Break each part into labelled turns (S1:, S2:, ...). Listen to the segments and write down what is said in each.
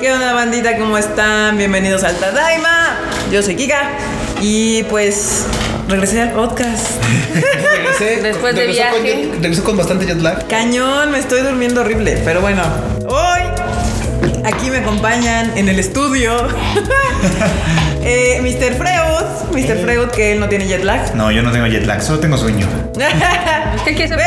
S1: ¿Qué onda, bandita? ¿Cómo están? Bienvenidos al Tadaima. Yo soy Kika. Y pues regresé al podcast.
S2: Regresé-
S3: Después de
S2: regresó con
S3: viaje.
S2: jet- regresó con bastante jet lag.
S1: Cañón, me estoy durmiendo horrible. Pero bueno, hoy aquí me acompañan en el estudio eh, Mr. Freud. Mr. Freud, que él no tiene jet lag.
S4: No, yo no tengo jet lag, solo tengo sueño.
S3: ¿Qué quieres
S1: Ve,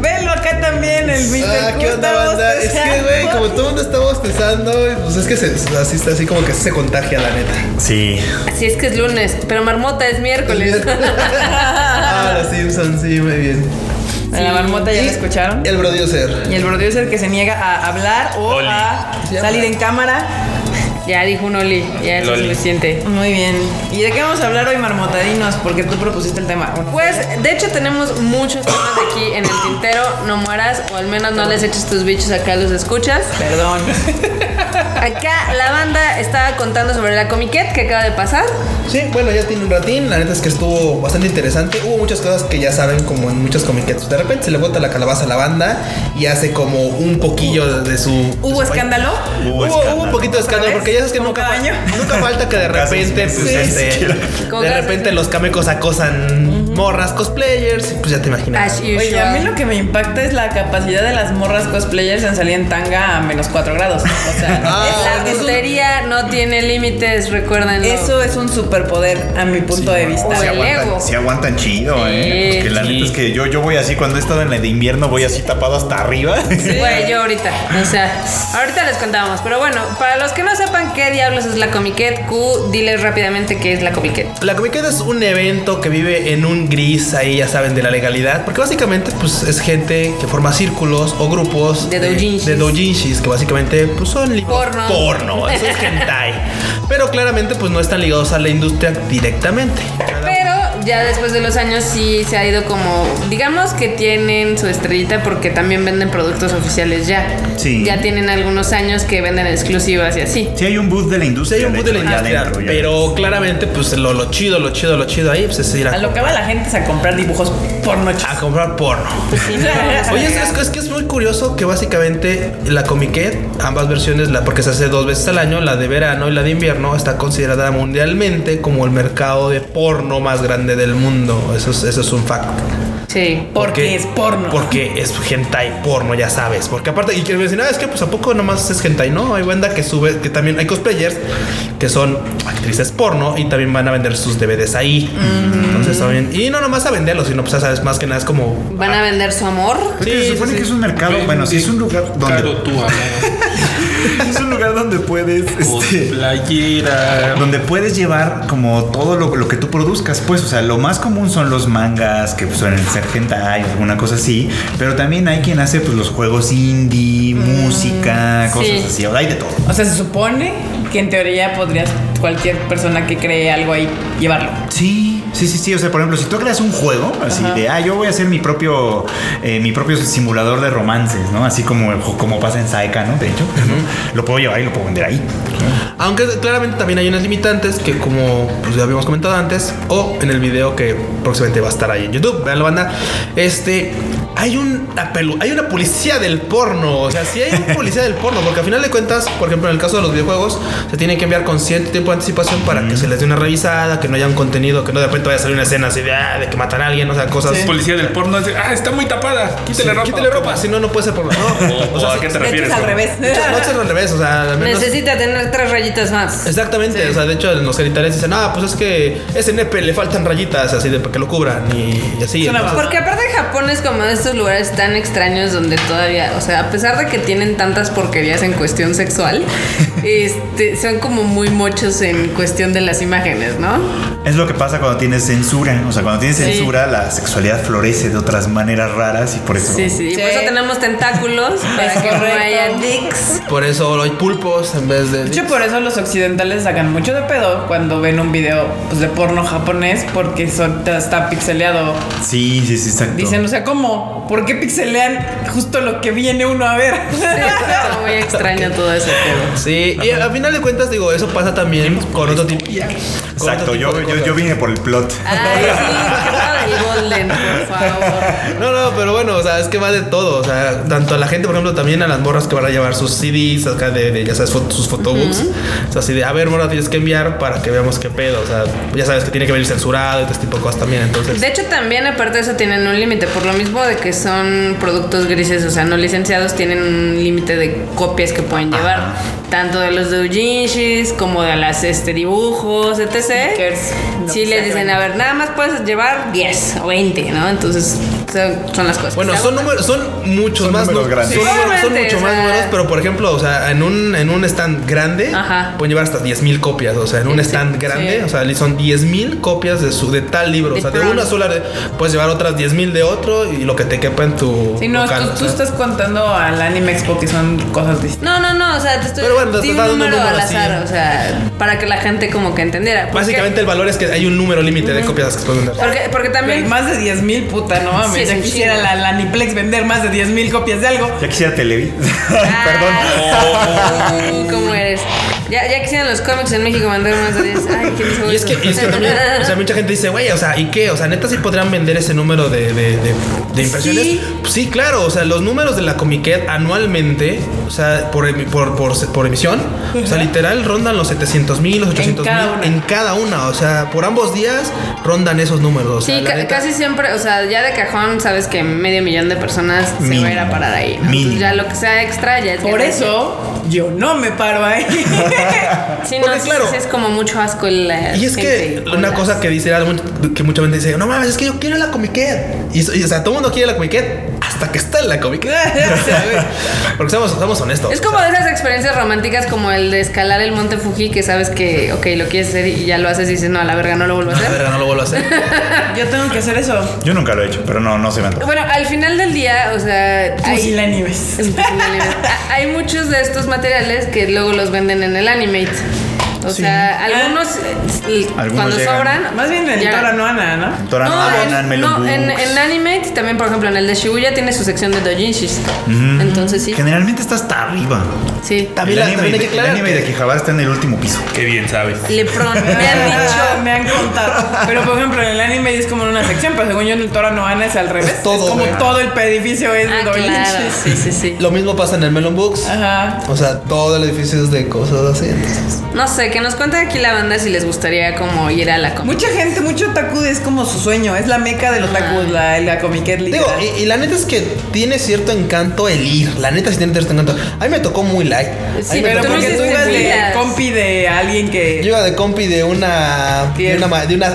S1: velo acá también, el Mr.
S2: Ah, ¿qué onda,
S1: Gustavo
S2: banda? Es que,
S1: César.
S2: güey, como todo el mundo está bostezando, pues es que se, así, está- así como que se contagia, la neta.
S4: Sí.
S3: Así es que es lunes, pero marmota es miércoles.
S2: ah, los Simpsons, sí, muy bien.
S1: A la marmota ya
S2: Y
S1: la escucharon.
S2: El producer.
S1: Y el producer que se niega a hablar o
S4: Oli.
S1: a salir en cámara.
S3: ya dijo un Oli, ya eso es
S4: Loli.
S3: suficiente.
S1: Muy bien. ¿Y de qué vamos a hablar hoy, marmotadinos? Porque tú propusiste el tema. Bueno,
S3: Pues, de hecho, tenemos muchos temas aquí en el tintero. No mueras, o al menos no les eches tus bichos acá, los escuchas.
S1: perdón.
S3: Acá la banda estaba contando sobre la Comiquet que acaba de pasar.
S2: Sí, bueno, ya tiene un ratín. La neta es que estuvo bastante interesante. Hubo muchas cosas que ya saben, como en muchos comiquetos. De repente se le bota la calabaza a la banda y hace como un poquillo de su. de
S1: ¿Hubo
S2: su-
S1: escándalo?
S4: Hubo
S2: Hubo,
S4: escándalo.
S2: hubo un poquito de escándalo
S1: ¿Otra
S2: porque
S1: vez?
S2: ya sabes que
S1: ¿Como
S2: nunca,
S1: cada año?
S2: nunca falta que de
S4: Cada seis
S2: repente
S4: meses,
S2: pues,
S4: ni
S2: este,
S4: siquiera.
S3: Como
S2: de
S3: cada
S2: repente
S3: seis
S2: los camecos acosan morras cosplayers, pues ya te imaginas.
S3: As usual.
S1: Oye, a mí lo que me impacta es la capacidad de las morras cosplayers en salir en tanga a menos 4 grados. O sea,
S2: Ah.
S1: eso
S3: La
S1: es un-
S3: puntería no tiene límites, recuerdan.
S1: eso es un superpoder a mi punto de vista.
S3: O
S4: Se
S3: el
S4: aguantan,
S3: ego.
S4: se aguantan chido, ¿eh?
S3: Sí,
S4: Porque la
S3: sí.
S4: neta es que yo, yo voy así, cuando he estado en la de invierno, voy así tapado hasta arriba.
S3: Güey, yo ahorita, o sea, ahorita les contamos, pero bueno, para los que no sepan qué diablos es la Comiquet Q, diles rápidamente qué es la Comiquet.
S2: La Comic Con es un evento que vive en un gris ahí, ya saben, de la legalidad, porque básicamente pues es gente que forma círculos o grupos
S3: De doujinshis.
S2: de doujinshis, que básicamente pues son li-
S3: Porno.
S2: porno, eso es hentai. Pero claramente pues no están ligados a la industria directamente.
S3: Pero ya después de los años sí se ha ido como, digamos que tienen su estrellita porque también venden productos oficiales ya.
S4: Sí.
S3: Ya tienen algunos años que venden exclusivas y así.
S4: Sí hay un booth de la
S2: Sí,
S4: industria.
S2: Pues hay un boot de la
S4: hecho, allá
S2: industria,
S4: adentro, ya
S2: pero claramente pues lo, lo chido, lo chido, lo chido ahí pues es ir a,
S1: A lo que va la gente es a comprar dibujos porno
S2: a
S1: chicos.
S2: comprar porno. Oye, es, es que- es que es muy curioso que básicamente la Comiquet, ambas versiones, la, porque se hace dos veces al año, la de verano y la de invierno, está considerada mundialmente como el mercado de porno más grande del mundo. Eso es, eso es un fact.
S3: Sí.
S1: Porque es porno.
S2: Porque es hentai porno, ya sabes. Porque aparte, y que me dicen, ah, es que pues a poco nomás es hentai. No, hay banda que sube, que también hay cosplayers que son actrices porno y también van a vender sus DVDs ahí. Entonces también, y no nomás a venderlos, sino pues ya sabes, más que nada es como
S3: ¿Van a vender su amor?
S4: Porque se
S2: Sí,
S4: supone
S2: sí,
S4: que
S2: sí.
S4: es un mercado, bueno, sí es un lugar donde
S5: Claro, tú hablas.
S4: es un lugar donde puedes
S5: Con
S4: este,
S5: playera.
S4: donde puedes llevar como todo lo, lo que tú produzcas, pues, o sea, lo más común son los mangas que pues, suelen ser hentai o alguna cosa así, pero también hay quien hace pues los juegos indie, música, cosas
S3: Mm. sí.
S4: así, o sea, hay de todo.
S1: O sea, se supone que en teoría podrías cualquier persona que cree algo ahí llevarlo.
S4: Sí, sí, sí, sí. O sea, por ejemplo, si tú creas un juego así de, ah, yo voy a hacer mi propio, eh, mi propio simulador de romances, ¿no? Así como, como pasa en Saika, ¿no? De hecho, ¿no? lo puedo llevar y lo puedo vender ahí.
S2: Aunque claramente también hay unas limitantes que como pues, ya habíamos comentado antes o en el video que próximamente va a estar ahí en YouTube, vean la banda. Este hay un apelu- hay una policía del porno, o sea, sí hay una policía del porno, porque al final de cuentas, por ejemplo, en el caso de los videojuegos, se tiene que enviar con cierto tiempo de anticipación para que se les dé una revisada, que no haya un contenido, que no de repente vaya a salir una escena así de, ah, de que matan a alguien, o sea, cosas.
S5: La Policía del porno dice, ah, está muy tapada. Quítale ropa.
S2: Quítale ropa, si no no puede ser porno. No,
S5: O,
S2: o sea,
S5: o a qué
S1: De hecho,
S5: te refieres?
S1: es al
S5: güey?
S1: revés.
S2: no es al revés, o sea, al menos-
S3: Necesita tener tres rayitas más.
S2: Exactamente, o sea, de hecho en los genitales dicen, ah, pues es que ese nepe le faltan rayitas así de para que lo cubran y, y así.
S1: Suena
S2: entonces-
S3: Porque aparte Japón es como de estos lugares tan extraños donde todavía, o sea, a pesar de que tienen tantas porquerías en cuestión sexual, este, son como muy mochos en cuestión de las imágenes, ¿no?
S4: Es lo que pasa cuando tienes censura. O sea, cuando tienes
S3: Sí.
S4: censura, la sexualidad florece de otras maneras raras y por eso.
S3: Sí, sí. Y por
S1: Sí.
S3: eso tenemos tentáculos para que no
S1: correcto.
S3: haya dicks.
S2: por eso hay pulpos en vez de...
S1: De hecho, por eso los occidentales sacan mucho de pedo cuando ven un video pues, de porno japonés porque son- está pixeleado.
S4: Sí, sí, sí, exacto.
S1: Dicen, o sea, ¿cómo? ¿Por qué pixelean justo lo que viene uno a ver?
S3: Sí, es como muy extraño todo eso. pero-
S2: Sí, y al final de cuentas digo, eso pasa también con otro tipo... con otro
S4: Exacto,
S2: tipo
S4: yo,
S2: de
S4: yo,
S2: cosas.
S4: yo vine por el plot Ocelot.
S3: Ay, sí, que todo del Golden, por favor.
S2: No, no, pero bueno, o sea, es que va de todo. O sea, tanto a la gente, por ejemplo, también a las morras que van a llevar sus CDs acá de, de, ya sabes, fo- sus photobooks. O sea, así de, a ver, morra, tienes que enviar para que veamos qué pedo. O sea, ya sabes que tiene que venir censurado y todo este tipo de cosas también. Entonces,
S3: De hecho, también aparte de eso tienen un límite, por lo mismo de que son productos grises, o sea, no licenciados, tienen un límite de copias que pueden llevar, tanto de los doujinshis como de las este, dibujos, etc.
S1: Stickers, lo
S3: sí
S1: que sea
S3: les
S1: que
S3: dicen, a ver, nada más puedes llevar 10 o 20, ¿no? Entonces, son, son las cosas. que
S2: Bueno,
S3: se
S2: son
S3: agotan.
S2: números, son muchos
S4: Son
S2: más
S4: números
S2: nu-
S4: grandes.
S2: Son,
S3: Sí,
S2: números- son
S3: obviamente,
S2: mucho
S3: o
S2: más
S3: sea.
S2: números, pero por ejemplo, o sea, en un, en un stand grande
S3: Ajá.
S2: pueden llevar hasta 10.000 copias. O sea, en un
S3: Sí,
S2: stand
S3: sí.
S2: grande, o sea, son 10.000 copias de su de tal libro.
S3: De
S2: o sea, de
S3: pronto.
S2: una sola de- puedes llevar otras 10.000 de otro y lo que te quepa en tu.
S1: Sí, no,
S2: local,
S1: tú,
S2: o
S1: tú
S2: sea.
S1: estás contando al Anime Expo que son cosas distintas.
S3: No, no, no, o sea, te estoy
S2: Pero bueno,
S3: di un
S2: está dando un
S3: número al
S2: número así.
S3: azar, o sea, para que la gente como que entendiera. Porque-
S2: Básicamente el valor es que hay un número límite de copias que se pueden vender.
S3: Porque, porque
S6: Güey,
S3: también...
S6: Más de 10 mil, puta, no mames.
S3: Sí, es
S6: ya
S3: un
S6: quisiera
S3: chingo.
S6: la Laniplex vender más de 10 mil copias de algo.
S4: Ya quisiera Televi.
S3: Ay, ¿Cómo eres? Ya, ya quisieran los cómics en México mandar más de 10. Ay, qué
S2: Y es que, y es que también, o sea, mucha gente dice, güey, o sea, ¿y qué? O sea, neta sí podrían vender ese número de, de, de- de impresiones.
S3: Sí.
S2: Sí. claro, o sea, los números de la Comiquet anualmente, o sea, por, emi- por, por, por emisión, o sea, literal rondan los 700 mil, los 800
S1: cada una.
S2: mil en cada una. O sea, por ambos días rondan esos números. o sea,
S3: Sí,
S2: la
S3: ca-
S2: neta.
S3: casi siempre, o sea, ya de cajón sabes que medio millón de personas se
S4: Mínimo.
S3: va a ir a parar ahí. ¿no?
S4: Mínimo.
S3: Entonces, ya lo que sea extra ya es
S6: Por
S3: ganancia.
S6: eso yo no me paro ahí.
S3: Sí, no,
S2: Porque,
S3: sí,
S2: claro.
S3: sí, es como mucho asco eh, la
S2: Y es que
S3: gente con
S2: una
S3: las-
S2: cosa que dice era mu- que mucha gente dice, no mames, es que yo quiero la comiquet. Y, y, o sea, todo el mundo quiere la comiquet hasta que está en la comiquet. O sea, güey, Porque somos, somos honestos.
S3: Es
S2: o
S3: como
S2: sea,
S3: de esas experiencias románticas como el de escalar el monte Fuji que sabes que, ok, lo quieres hacer y ya lo haces y dices, no, a Ah, la verga no lo vuelvo a
S2: "No, la
S3: hacer.
S2: verga, no lo vuelvo a hacer.
S6: yo tengo que hacer eso.
S4: Yo nunca lo he hecho, pero no, no se me antoja.
S3: Bueno, al final del día, o sea, hay-
S6: Pusilánimes.
S3: Es imposible. Ha- Hay muchos de estos materiales que luego los venden en el Animate. O sea, algunos, eh, l-
S4: Algunos
S3: cuando
S4: llegan.
S3: sobran.
S6: Más bien en
S3: llegan.
S6: Tora Noana, ¿no?
S4: Tora
S3: No,
S4: Nova,
S3: en-
S4: Nan, Melon
S3: no, en,
S4: Books.
S3: en Animate también, por ejemplo, en el de Shibuya tiene su sección de doujinshis. Entonces sí,
S4: Generalmente está hasta arriba.
S3: sí.
S2: También,
S4: el
S2: la-
S4: anime,
S2: también hay
S4: de,
S2: que
S4: el
S2: aclarar
S4: anime
S2: que-
S4: de Akihabara está en el último piso.
S5: Qué bien sabes.
S3: Lepron, me han
S6: Ah,
S3: dicho.
S6: me han contado. Pero por ejemplo, en el anime es como en una sección, pero según yo en el Tora Noana es al revés. Es,
S2: todo,
S6: como
S2: güey.
S6: todo el edificio es de
S3: Ah, claro.
S6: Dolinches.
S3: Sí, sí, sí.
S2: Lo mismo pasa en el Melon Books.
S1: Ah.
S6: Ajá.
S2: O sea, todo el edificio es de cosas así. entonces.
S3: No sé, que nos cuenten aquí la banda si les gustaría como ir a la com-
S6: Mucha gente, mucho otaku es como su sueño, es la meca de los otakus, la, la comiquet
S2: Digo,
S6: literal.
S2: y, y la neta es que tiene cierto encanto el ir. La neta sí tiene cierto encanto. A mí me tocó muy light.
S3: Sí,
S2: A mí me
S6: pero
S3: tú
S2: tocó
S3: no
S6: porque tú
S3: hiciste
S6: ibas de
S3: filas.
S6: compi de alguien que...
S2: Yo iba de compi de una
S6: ¿Quién?
S2: de una, ma- de una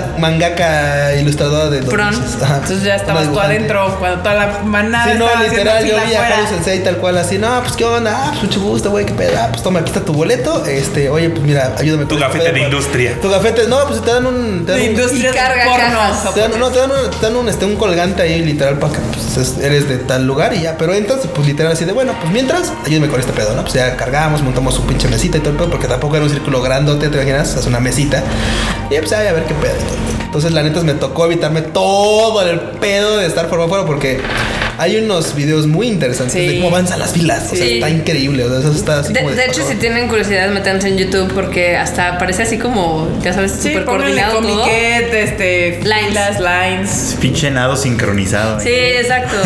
S2: mangaka ilustradora de
S3: Pron.
S2: Dolinches. Ajá.
S6: Entonces ya estabas
S2: Una
S6: tú
S2: dibujante.
S6: adentro, cuando toda la
S1: Ah,
S6: manada
S2: Sí, no,
S6: estaba haciendo
S2: literal, yo
S6: fila
S2: vi a
S6: afuera.
S2: Haru Sensei tal cual así, no, pues qué onda, ah, pues mucho gusto, güey, qué pedo, ah, pues toma, aquí está tu boleto, este, oye, pues mira, ayúdame.
S5: Tu
S2: con
S5: gafete
S2: este
S5: de
S2: pedo,
S5: industria.
S2: Tu gafete, no, pues te dan un... Te dan
S6: De
S2: un-
S6: industria
S3: Y carga
S6: de porno.
S3: cajas.
S2: te dan, no, te dan, un, te dan un, este, un colgante ahí literal para que pues, es- eres de tal lugar y ya, pero entras y pues literal así de bueno, pues mientras, ayúdame con este pedo, ¿no? Pues ya cargamos, montamos su pinche mesita y todo el pedo, porque tampoco era un círculo grandote, te imaginas, es una mesita. Y pues ahí a ver qué pedo. y todo el pedo. Entonces la neta me tocó evitarme todo el pedo de estar por afuera porque hay unos videos muy interesantes
S6: Sí.
S2: de cómo avanzan las filas. O sea,
S3: Sí.
S2: está increíble. O sea, eso está así
S3: De,
S2: como
S3: de hecho,
S2: favor.
S3: si tienen curiosidad, metanse en YouTube porque hasta parece así como, ya sabes,
S6: Sí,
S3: súper
S6: pónganle
S3: coordinado todo.
S1: eh.
S6: comiquet, este,
S3: Lines.
S6: filas, lines.
S4: Es pinche nado sincronizado.
S3: Sí, exacto.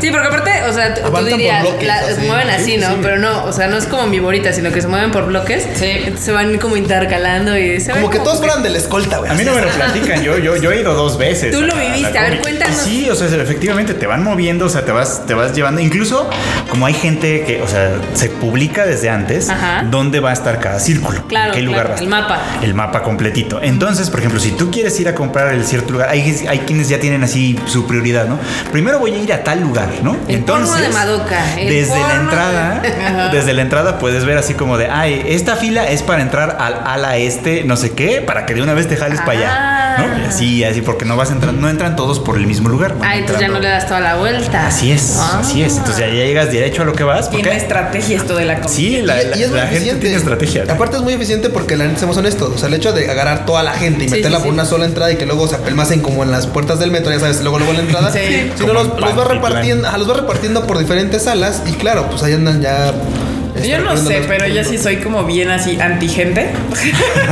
S3: Sí, porque aparte, o sea, tú- tú
S2: Avanzan por
S3: dirías,
S2: bloques,
S3: la-
S2: así.
S3: mueven
S2: Sí,
S3: así,
S2: sí,
S3: ¿no?
S2: sí.
S3: Pero no, o sea, no es como mi borita, sino que se mueven por bloques.
S1: Sí.
S3: Entonces Se van como intercalando y se
S2: Como que
S3: ven
S2: todos fueran de la escolta, güey.
S4: A mí no me lo platican, yo, yo, yo he ido dos veces.
S3: Tú lo
S4: a la
S3: viviste, a ver,
S4: Comic.
S3: cuéntanos.
S4: Sí, o sea, efectivamente te van moviendo, o sea, te vas, te vas llevando. Incluso como hay gente que, o sea, se publica desde antes
S3: Ajá.
S4: dónde va a estar cada círculo,
S3: Claro,
S4: en qué lugar
S3: claro,
S4: va a
S3: el
S4: estar.
S3: mapa.
S4: El mapa completito. Entonces, por ejemplo, si tú quieres ir a comprar el cierto lugar, hay, hay quienes ya tienen así su prioridad, ¿no? Primero voy a ir a tal lugar, ¿no?
S3: El porno de Madoka, el
S4: desde la
S3: porno-
S4: entrada, desde la entrada puedes ver así como de, ay, esta fila es para entrar al ala este, no sé qué, para que de una vez te jales para allá, ¿no? Y
S3: Ah.
S4: así, así, porque no vas entrando, no entran todos por el mismo lugar. van
S3: Ah, entonces ya no
S4: entrando-
S3: le das toda la vuelta.
S4: Así es,
S3: Ah.
S4: así es. Entonces ya, ya llegas derecho a lo que vas,
S6: Tiene
S4: porque
S6: estrategia esto de la comiquet.
S4: sí, la,
S2: y-
S4: la-
S2: y es muy
S4: la gente
S2: eficiente.
S4: tiene estrategia. ¿no?
S2: Aparte es muy eficiente porque la neta, seamos honestos, o sea, el hecho de agarrar toda la gente y
S3: Sí,
S2: meterla
S3: sí,
S2: por
S3: sí.
S2: una sola entrada y que luego se apelmacen como en las puertas del metro, ya sabes, luego luego en la entrada,
S6: Sí.
S2: si no
S4: Como
S2: los,
S4: en
S2: los va
S4: Pantitlán.
S2: repartiendo, ajá, los va repartiendo por diferentes salas y claro, pues ahí andan ya este,
S1: Yo no sé, pero yo sí soy como bien así antigente.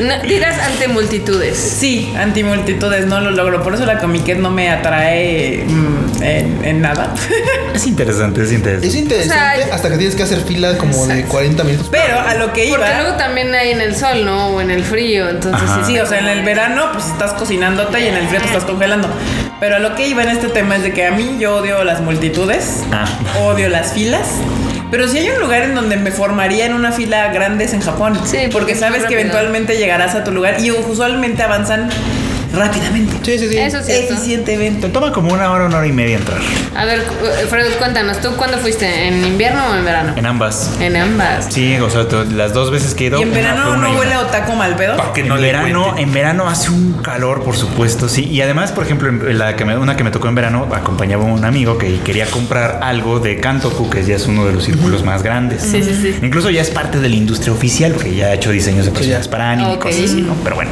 S3: No, dirás ante multitudes.
S1: Sí, antimultitudes, no lo logro. Por eso la comiquet no me atrae mm, en, en nada.
S4: Es interesante, es
S2: Es
S4: interesante.
S2: interesante
S3: O sea,
S2: hasta que tienes que hacer fila como de
S3: Exacto.
S2: 40 minutos.
S1: Pero a lo que
S3: Porque luego
S1: iba.
S3: también hay en el sol, ¿no? O en el frío, entonces
S4: Ajá.
S1: Pues Sí, o sea, en el verano pues estás cocinándote y en el frío te estás congelando. Pero a lo que iba en este tema es de que a mí yo odio las multitudes,
S4: Ah.
S1: odio las filas. Pero si hay un lugar en donde me formaría en una fila grande es en Japón.
S3: Sí, porque
S1: porque
S3: es
S1: sabes
S3: muy
S1: que
S3: rápido.
S1: eventualmente llegarás a tu lugar y usualmente avanzan rápidamente.
S2: Sí, sí, sí.
S3: Eso es cierto.
S1: Eficientemente.
S4: Te toma como una hora, una hora y media entrar.
S3: A ver, eh, Freud, cuéntanos, ¿tú cuándo fuiste? ¿En invierno o en verano?
S4: En ambas.
S3: En ambas.
S4: Sí, o sea, to- las dos veces que he ido.
S1: Y en
S4: una fue
S1: verano
S4: una y
S1: no
S4: una.
S1: huele a otaku mal pedo.
S5: Pa' que
S4: en
S5: no le
S4: verano,
S5: cuente.
S4: en verano hace un calor, por supuesto, sí. Y además, por ejemplo, en la que me- una que me tocó en verano, acompañaba a un amigo que quería comprar algo de Kantoku, que ya es uno de los círculos más grandes.
S3: Sí, sí, sí.
S4: Incluso ya es parte de la industria oficial, porque ya ha hecho diseños de personas
S2: ya.
S4: para anime y
S3: Ok.
S4: cosas así, ¿no? Pero bueno,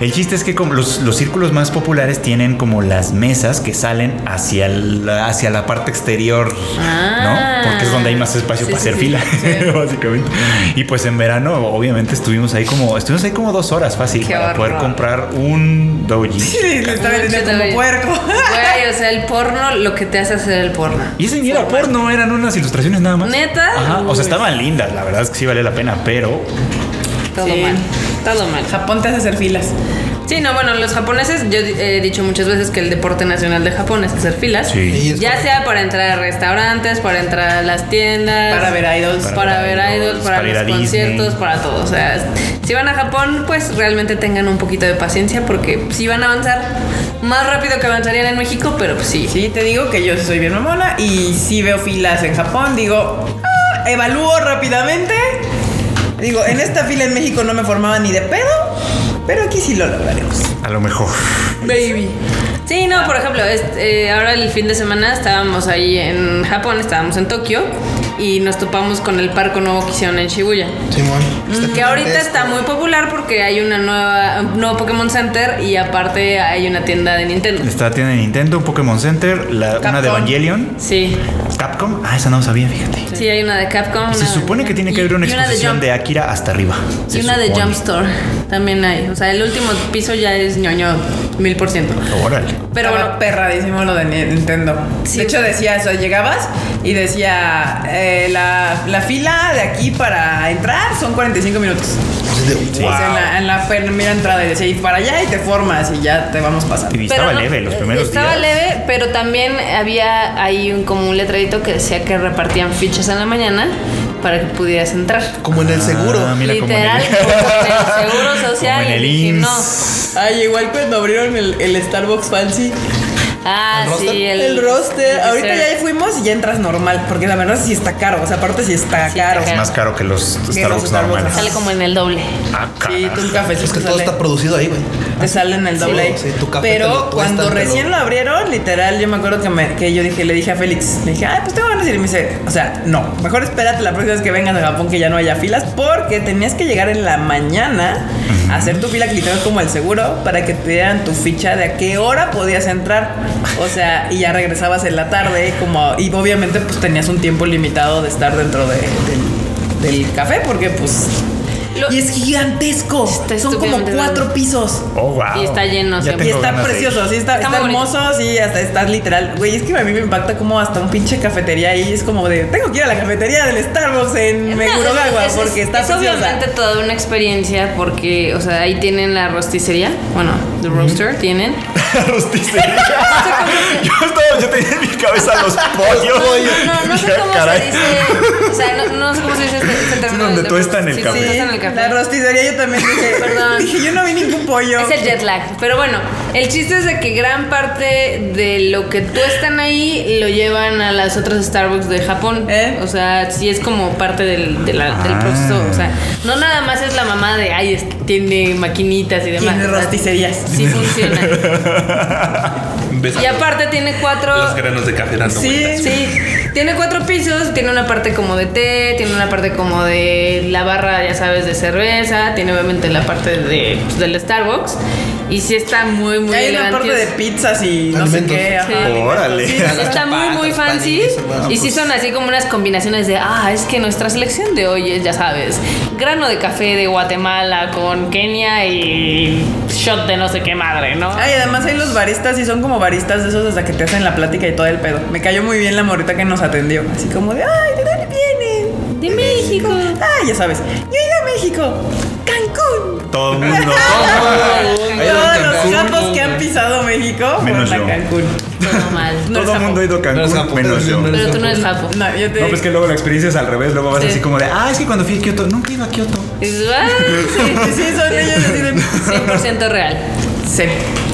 S4: el chiste es que como los, los círculos más populares tienen como las mesas que salen hacia la, hacia la parte exterior,
S3: Ah.
S4: ¿no? Porque es donde hay más espacio
S3: Sí,
S4: para
S3: sí,
S4: hacer
S3: sí.
S4: fila, básicamente. Y pues en verano, obviamente, estuvimos ahí como, estuvimos ahí como dos horas fácil
S3: Qué
S4: para poder
S3: horror.
S4: comprar un doji.
S1: Sí, le está vendiendo
S3: Mucho
S1: como
S3: también.
S1: puerco.
S3: Güey, o sea, el porno, lo que te hace hacer el porno.
S4: Y ese ni era porno, eran unas ilustraciones nada más.
S3: ¿Neta?
S4: Ajá, o
S3: Uy.
S4: sea, estaban lindas, la verdad es que sí valía la pena, pero
S3: Todo
S1: Sí.
S3: mal. Todo mal.
S1: Japón te hace hacer filas.
S3: Sí, no, bueno, los japoneses, yo he dicho muchas veces que el deporte nacional de Japón es hacer filas.
S4: Sí.
S2: Y es
S3: Ya sea para entrar a restaurantes, para entrar a las tiendas.
S1: Para ver idols.
S3: Para, ver idols, para,
S4: para ir a
S3: los
S4: Disney.
S3: conciertos, para todo. O sea, si van a Japón, pues realmente tengan un poquito de paciencia porque si van a avanzar más rápido que avanzarían en México, pero pues sí.
S1: Sí, te digo que yo sí soy bien mamona y si veo filas en Japón, digo, "Ah", evalúo rápidamente. Digo, en esta fila en México no me formaba ni de pedo, pero aquí sí lo lograremos.
S4: a lo mejor.
S3: Baby. Sí, no, por ejemplo, este, eh, ahora el fin de semana estábamos ahí en Japón, estábamos en Tokio y nos topamos con el parco nuevo que hicieron en Shibuya.
S2: Simón.
S3: Mm, Que ahorita está muy popular porque hay una nueva, un nuevo Pokémon Center y aparte hay una tienda de Nintendo.
S4: Está tiene Nintendo, Pokémon Center, la- una de
S1: Capcom.
S4: Evangelion,
S3: Sí,
S4: Capcom. Ah, esa no sabía, fíjate.
S3: sí, hay una de Capcom.
S4: Se
S3: una-
S4: supone que tiene que
S3: y-
S4: haber una
S3: y
S4: exposición de,
S3: de Jump-
S4: Akira hasta arriba. Se
S3: Y una de
S4: supone.
S3: Jump Store también hay. O sea, el último piso ya es ñoño mil por ciento.
S4: Órale.
S3: Pero
S1: Estaba
S3: bueno,
S1: perradísimo lo de Ni- Nintendo.
S3: Sí.
S1: de hecho, decía eso, llegabas y decía, eh, la, la fila de aquí para entrar son 45 minutos.
S4: Sí.
S1: O sea, en la, en la primera entrada y decía, y para allá y te formas y ya te vamos pasando.
S4: Y
S3: Pero
S4: estaba
S3: no- eh,
S4: leve los primeros
S3: estaba
S4: días.
S3: leve, pero también había ahí un, como un letradito que decía que repartían fichas en la mañana para que pudieras entrar.
S2: Como en el seguro.
S4: Ah, mira cómo
S3: Literal,
S4: le-
S3: como en el seguro social.
S4: Como en el
S3: y dije, no.
S4: IMSS.
S1: Ay, igual cuando abrieron el, el Starbucks Fancy.
S3: Ah,
S2: ¿El roster?
S3: sí, el,
S1: El, roster.
S3: el
S1: Ahorita
S3: dessert.
S1: ya fuimos y ya entras normal, porque la verdad sí está caro. O sea, aparte sí está
S3: Sí está
S1: caro.
S3: caro.
S4: Más caro que los Starbucks
S1: Starbucks
S4: normales.
S3: Sale como en el doble.
S4: Ah,
S1: Sí,
S4: caray.
S1: tú un cafecito
S2: Es que
S1: te
S2: todo
S1: sale-
S2: está producido ahí, güey.
S1: te sale en el
S2: Sí,
S1: doble.
S2: sí, tu café te
S1: Pero
S2: lo tuestan,
S1: cuando
S2: te lo-
S1: recién lo abrieron, literal, yo me acuerdo que, me- que yo dije, le dije a Félix, le dije, ay, pues te van a decir, y me dice, o sea, no, mejor espérate la próxima vez que vengas a Japón que ya no haya filas, porque tenías que llegar en la mañana a hacer tu fila, que literal como el seguro, para que te dieran tu ficha de a qué hora podías entrar. O sea, y ya regresabas en la tarde, como, y obviamente pues tenías un tiempo limitado de estar dentro de- del, del café, porque pues...
S3: Lo-
S1: y es gigantesco.
S3: Está
S1: Son como
S3: estúpidamente
S1: cuatro pisos.
S4: Oh, wow.
S3: Y está lleno,
S4: Ya
S3: sí.
S4: tengo
S1: Y está
S4: ganas de ir.
S1: precioso, sí, está,
S3: Está
S1: está
S3: muy bonito.
S1: hermoso, sí, hasta estás literal. Güey, es que a mí me impacta como hasta un pinche cafetería ahí es como de, tengo que ir a la cafetería del Starbucks en Megurogawa
S3: Es- es-
S1: porque está
S3: es
S1: preciosa.
S3: obviamente toda una experiencia porque, o sea, ahí tienen la rosticería, bueno, the roaster tienen.
S4: Rosticería. yo, estaba, yo tenía en mi cabeza los pollos.
S3: No, no, no sé
S4: Dije,
S3: cómo
S4: caray.
S3: se dice, o sea, no, no sé cómo se dice este, este término.
S4: donde
S3: del-
S4: tuestan el
S3: sí,
S4: café.
S3: Sí,
S1: Sí,
S3: tuestan el
S1: la
S3: café.
S1: rosticería yo también dije,
S3: Perdón.
S1: dije, yo no vi ningún pollo.
S3: Es el jet lag. Pero bueno, el chiste es de que gran parte de lo que tuestan ahí lo llevan a las otras Starbucks de Japón.
S1: ¿Eh?
S3: O sea, sí es como parte del, de la- del
S4: Ah.
S3: proceso. O sea, no nada más es la mamá de, ay, es- tiene maquinitas y demás.
S1: Tiene
S3: O sea,
S1: rosticerías.
S3: Sí funciona.
S5: Ves
S3: Y aparte tiene cuatro...
S5: los granos de café dando
S1: Sí.
S5: vueltas.
S3: Sí, tiene cuatro pisos, tiene una parte como de té, tiene una parte como de la barra, ya sabes, de cerveza, tiene obviamente la parte de, pues, del Starbucks. Y sí está muy muy, muy
S1: Hay una parte
S3: elegantes.
S1: de pizzas y no sé
S2: Alimentos.
S1: qué.
S3: Sí,
S1: ajá.
S4: Órale.
S3: Sí, está muy, muy
S2: Zapatos,
S3: fancy.
S2: palillos, hermano,
S3: Y sí
S2: pues.
S3: son así como unas combinaciones de, ah, es que nuestra selección de hoy es, ya sabes, grano de café de Guatemala con Kenia y shot de no sé qué madre, ¿no?
S1: Ay, además hay los baristas y son como baristas de esos hasta que te hacen la plática y todo el pedo. Me cayó muy bien la morrita que nos atendió. Así como de, ay, ¿de dónde vienen?
S3: De México.
S1: Ah, ya sabes. Yo he ido a México. Cancún.
S4: Todo el mundo.
S2: Ahí era
S1: Todos los
S2: Cancún,
S1: capos que han pisado México
S4: Menos
S1: fueron a
S4: yo.
S1: Cancún.
S3: Todo mal. No eres
S4: Todo el
S3: sapo.
S4: mundo ha ido a
S2: No es
S4: Cancún,
S2: Japón,
S4: menos yo.
S2: no
S4: No,
S3: Pero tú no eres sapo.
S1: No, yo te
S4: pues que luego la experiencia es al revés. Luego vas
S3: Sí.
S4: así como de, ah, es que cuando fui a Kioto, nunca iba a Kioto.
S3: Y dices, "Ah, sí,
S1: Sí, sí, son ellos así de-
S3: 100% real.
S1: Sí,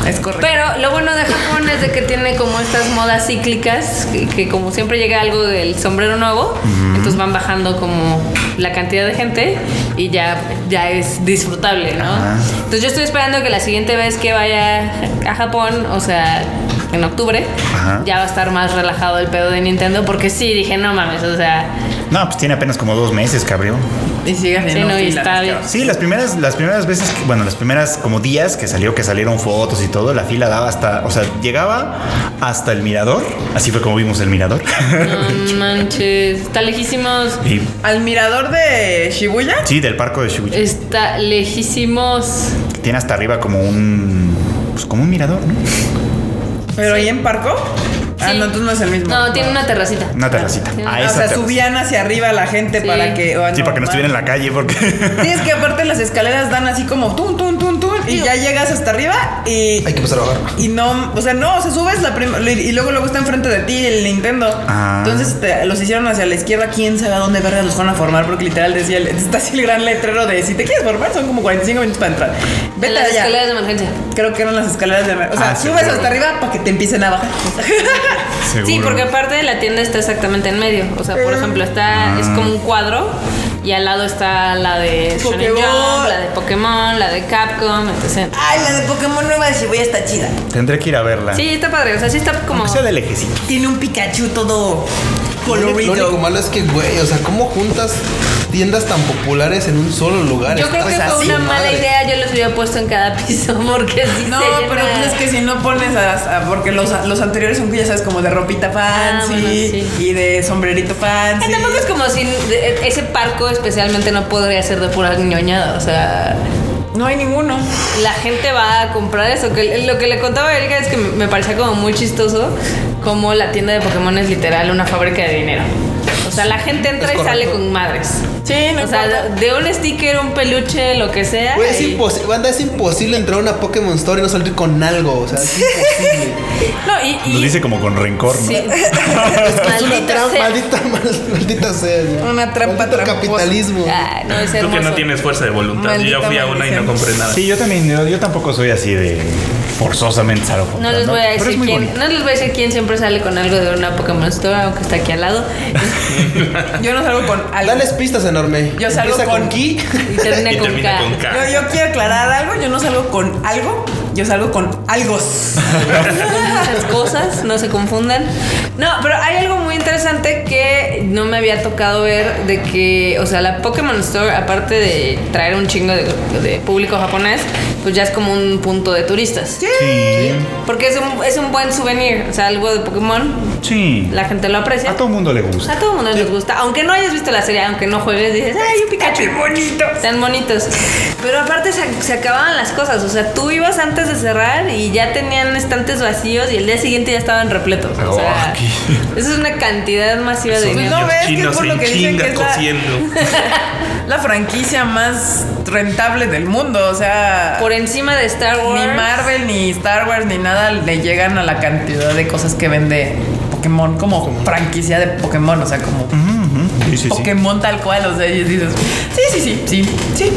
S1: es correcto.
S3: Pero lo bueno de Japón es de que tiene como estas modas cíclicas, que, que como siempre llega algo del sombrero nuevo, entonces van bajando como la cantidad de gente y ya, ya es disfrutable, ¿no?
S4: Ajá.
S3: Entonces yo estoy esperando que la siguiente vez que vaya a Japón, o sea, en octubre,
S4: Ajá.
S3: ya va a estar más relajado el pedo de Nintendo, porque sí, dije, no mames, o sea,
S4: No, pues tiene apenas como dos meses, cabrón.
S1: Y sigue
S3: sí,
S1: haciendo
S3: no, y
S1: filas,
S3: está bien.
S1: cabrón.
S4: Sí, las primeras, las primeras veces, que- bueno, las primeras como días que salió, que salieron fotos y todo, la fila daba hasta, o sea, llegaba hasta el mirador. Así fue como vimos el mirador.
S3: No manches, está lejísimos.
S4: y
S1: Al mirador de Shibuya.
S4: sí, del parco de Shibuya.
S3: Eh. Está lejísimos.
S4: Tiene hasta arriba como un, pues como un mirador, ¿no?
S1: Pero ahí en Parco. Ah,
S3: Sí.
S1: no, entonces no es el mismo.
S3: No, tiene una terracita.
S4: Una terracita. A
S1: Ah, o
S4: esa
S1: sea,
S4: terraza.
S1: subían hacia arriba la gente
S3: Sí.
S1: para que. oh,
S4: Sí, para que no estuviera en la calle, porque
S1: Sí, es que aparte las escaleras dan así como tum, tum, tum, tum. Y ya llegas hasta arriba y.
S2: Hay que empezar a bajar.
S1: Y no, o sea, no, o sea, subes la prim- y luego luego está enfrente de ti el Nintendo.
S4: Ah.
S1: Entonces te- los hicieron hacia la izquierda, quién sabe a dónde verga los van a formar, porque literal decía, el- está así el gran letrero de si te quieres formar son como 45 minutos para entrar.
S3: En
S1: Vete
S3: las
S1: allá.
S3: escaleras de emergencia.
S1: Creo que eran las escaleras de... O sea,
S4: Ah, sí,
S1: subes
S4: claro.
S1: hasta arriba para que te empiecen a bajar.
S4: Seguro.
S3: Sí, porque aparte la tienda está exactamente en medio. O sea,
S1: Eh.
S3: por ejemplo,
S4: Ah.
S3: está es como un cuadro y al lado está la de Shonen
S1: Pokémon.
S3: Jump, la de Pokémon, la de Capcom, etc.
S1: Ay, la de Pokémon nueva de Shibuya está chida.
S4: tendré que ir a verla.
S3: Sí, está padre. O sea, sí está como.
S4: Ah. Aunque sea de lejecito.
S1: Tiene un Pikachu todo
S2: Lo único
S1: colorido.
S2: malo es que, güey, o sea, ¿cómo juntas tiendas tan populares en un solo lugar?
S3: Yo
S4: pues
S3: creo que
S2: Está
S3: fue
S2: su
S3: una mala
S2: madre.
S3: idea. Yo los hubiera puesto en cada piso porque sí
S1: No,
S3: se llena.
S1: pero pues es que si no pones a, a- porque los, los anteriores son ya sabes como de ropita
S3: Ah,
S1: fancy
S3: bueno, sí.
S1: y de sombrerito
S3: Eh,
S1: fancy.
S3: Tampoco es como si de- ese parco especialmente no podría ser de pura ñoñada, o sea,
S1: No hay ninguno.
S3: la gente va a comprar eso. Que lo que le contaba a Erika es que me parecía como muy chistoso como la tienda de Pokémon es literal una fábrica de dinero. O sea, la gente entra
S2: Es
S3: y sale
S2: correcto.
S3: con madres.
S1: Sí, no
S3: O sea,
S1: importa.
S3: de- de un sticker, un peluche, lo que sea.
S2: Güey, es
S3: y-
S2: imposible. Banda, es imposible entrar a una Pokémon Store y no salir con algo. O sea, es imposible.
S3: No, y. y-
S4: Lo dice como con rencor, ¿no?
S3: sí.
S2: es una
S3: Maldita
S2: trampa,
S3: sea.
S2: maldita, mal- maldita sea. güey.
S1: Una trampa
S2: Maldito
S1: tramposa.
S2: capitalismo.
S3: Ay, no, es
S5: Tú que no
S3: hermoso.
S5: tienes fuerza de voluntad. Yo
S1: Maldita
S5: ya fui a una y no
S1: maldición.
S5: compré nada.
S4: Sí, yo también, yo, yo tampoco soy así de forzosamente salvo.
S3: No les voy a
S4: Pero es
S3: decir
S4: muy
S3: quién,
S4: bonito.
S3: no les voy a decir quién siempre sale con algo de una Pokémon Store, aunque está aquí al lado.
S1: Yo no salgo con algo.
S2: Dales pistas, enorme.
S1: Yo salgo
S2: Empieza
S1: con-
S2: Ki.
S3: Y termina
S5: Y
S3: con
S5: termina
S3: K.
S5: con K.
S1: Yo, yo quiero aclarar algo, yo no salgo con algo, yo salgo con algos.
S3: muchas cosas, no se confundan. No, pero hay algo muy interesante que no me había tocado ver de que, o sea, la Pokémon Store, aparte de traer un chingo de, de público japonés, pues ya es como un punto de turistas.
S4: Sí,
S3: Porque es un, es un buen souvenir, o sea, algo de Pokémon,
S4: sí.
S3: la gente lo aprecia.
S4: A todo mundo le gusta.
S3: A todo mundo les gusta, aunque no hayas visto la serie, aunque no juegues, dices, ¡ay, un Pikachu!
S1: bonito.
S3: Están bonitos. Pero aparte se, se acababan las cosas. O sea, tú ibas antes de cerrar y ya tenían estantes vacíos y el día siguiente ya estaban repletos. O sea, eso es una cantidad masiva de dinero.
S1: No
S5: Los
S1: ves que Oh, es
S5: chinos
S1: por lo
S5: en
S1: que dicen
S5: chinga
S1: que es la-
S5: cociendo.
S1: La franquicia más rentable del mundo, o sea,
S3: Por encima de Star Wars.
S1: ni Marvel ni Star Wars ni nada le llegan a la cantidad de cosas que vende Pokémon como franquicia de Pokémon, o sea, como
S4: Ujú, Sí, sí, sí.
S1: Pokémon tal cual, o sea, y dices, sí, sí, sí, sí, sí.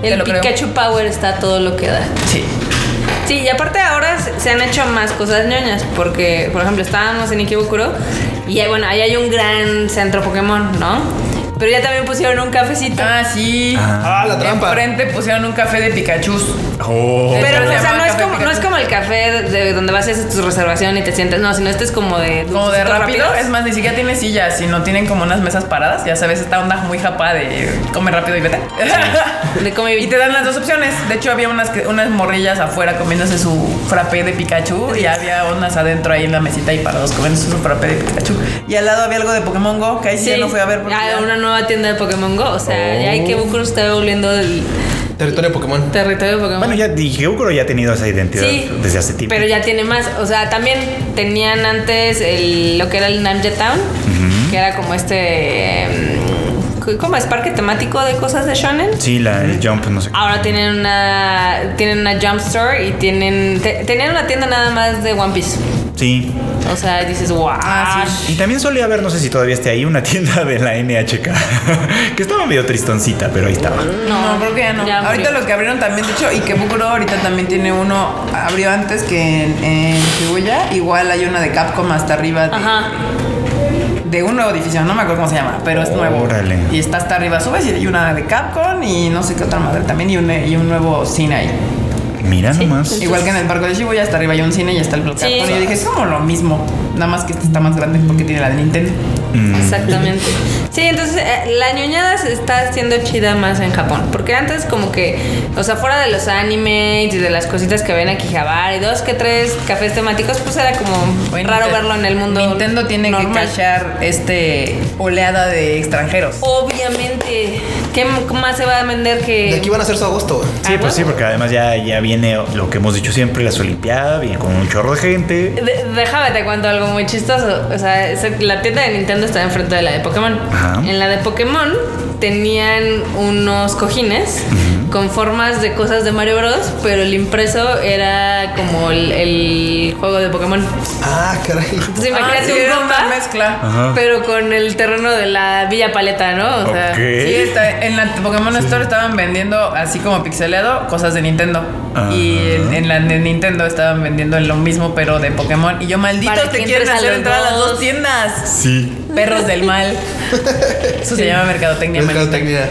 S1: te
S3: El
S1: lo creo.
S3: Pikachu Power está todo lo que da.
S1: Sí.
S3: Sí, y aparte ahora se- se han hecho más cosas ñoñas, porque, por ejemplo, estábamos en Ikebukuro y ahí, bueno, ahí hay un gran centro Pokémon, ¿no? Pero ya también pusieron un cafecito.
S1: Ah, sí.
S2: Ah, la trampa.
S1: Enfrente pusieron un café de Pikachu.
S4: Oh.
S3: Pero,
S1: Pero
S3: o
S1: se
S3: sea,
S1: llama
S3: no es,
S1: Café
S3: como, no es
S1: Pikachu.
S3: como el café de donde vas a hacer tu reservación y te sientas. No, sino este es como de.
S1: Como de
S3: dulcecitos
S1: rápido,
S3: rápidos.
S1: es más, ni siquiera tiene sillas, sino tienen como unas mesas paradas. Ya sabes, esta onda muy japa de eh, come rápido y vete.
S3: De come y-
S1: y te dan las dos opciones. De hecho, había unas, que- unas morrillas afuera comiéndose su frappé de Pikachu y había unas adentro ahí en la mesita y parados comiéndose su frappé de Pikachu. Y al lado había algo de Pokémon Go, que ahí sí, ya no fui a ver. porque
S3: Ah,
S1: ya- Oh.
S3: una nueva tienda de Pokémon Go. O sea, ya hay que Bucur está volviendo del
S2: Territorio Pokémon.
S3: territorio de Pokémon.
S4: Bueno, ya dije, Ukuro ya ha tenido esa identidad desde hace tiempo.
S3: Pero ya tiene más. O sea, también tenían antes el, lo que era el Namja Town, que era como este. em, como es parque temático de cosas de shonen.
S4: Sí, la, el jump, no sé.
S3: Ahora tienen una tienen una jump store y tienen te- tenían una tienda nada más de One Piece.
S4: Sí.
S3: O sea, dices, wow.
S1: Ah,
S4: Y también solía haber, no sé si todavía esté ahí, una tienda de la NHK. que estaba medio tristoncita, pero ahí estaba.
S1: No, creo que ya no. Ahorita lo que abrieron también, de hecho, Ikebukuro ahorita también tiene uno, abrió antes que en, en Shibuya, igual hay una de Capcom hasta arriba de,
S3: Ajá.
S1: de un nuevo edificio, no me acuerdo cómo se llama, pero es nuevo.
S4: Órale.
S1: Y está hasta arriba, subes y hay una de Capcom y no sé qué otra madre también y un, y un nuevo cine ahí.
S4: Mira nomás.
S1: Igual que en el parque de Shibuya, hasta arriba hay un cine y está el Capcom.
S3: Sí.
S1: Y yo dije, es como lo mismo, nada más que este está más grande porque tiene la de Nintendo.
S3: Exactamente. Sí, entonces eh, la ñoñada se está haciendo chida más en Japón. Porque antes como que, o sea, fuera de los animes y de las cositas que ven aquí Jabar y dos que tres cafés temáticos, pues era como raro verlo en el mundo.
S1: Nintendo tiene
S3: normal.
S1: que cachar este oleada de extranjeros.
S3: Obviamente. ¿Qué m- más se va a vender que...
S2: De aquí van a ser su agosto, güey.
S4: Sí, pues sí,
S3: Ah,
S4: porque además ya, ya viene lo que hemos dicho siempre, las Olimpiadas, viene con un chorro de gente.
S3: De- déjame te cuento algo muy chistoso. O sea, se- la tienda de Nintendo estaba enfrente de la de Pokémon.
S4: Ajá.
S3: En la de Pokémon tenían unos cojines con formas de cosas de Mario Bros, pero el impreso era como el, el juego de Pokémon.
S2: Ah, caray.
S3: Entonces
S1: Ah, sí,
S3: imagínate
S1: era
S3: un
S1: una
S3: compa,
S1: mezcla.
S4: Ajá.
S3: pero con el terreno de la Villa Paleta, ¿no? O sea,
S4: Ok.
S1: Sí, está- en la Pokémon Store estaban vendiendo así como pixeleado cosas de Nintendo.
S4: Ajá.
S1: Y en, en la de Nintendo estaban vendiendo lo mismo, pero de Pokémon. Y yo, maldito,
S3: Para
S1: te
S3: que
S1: quieren
S3: entres a
S1: hacer
S3: los
S1: entrar a las
S3: dos.
S1: dos tiendas.
S4: Sí.
S1: Perros del mal. Eso se llama mercadotecnia maligna.
S2: Mercadotecnia.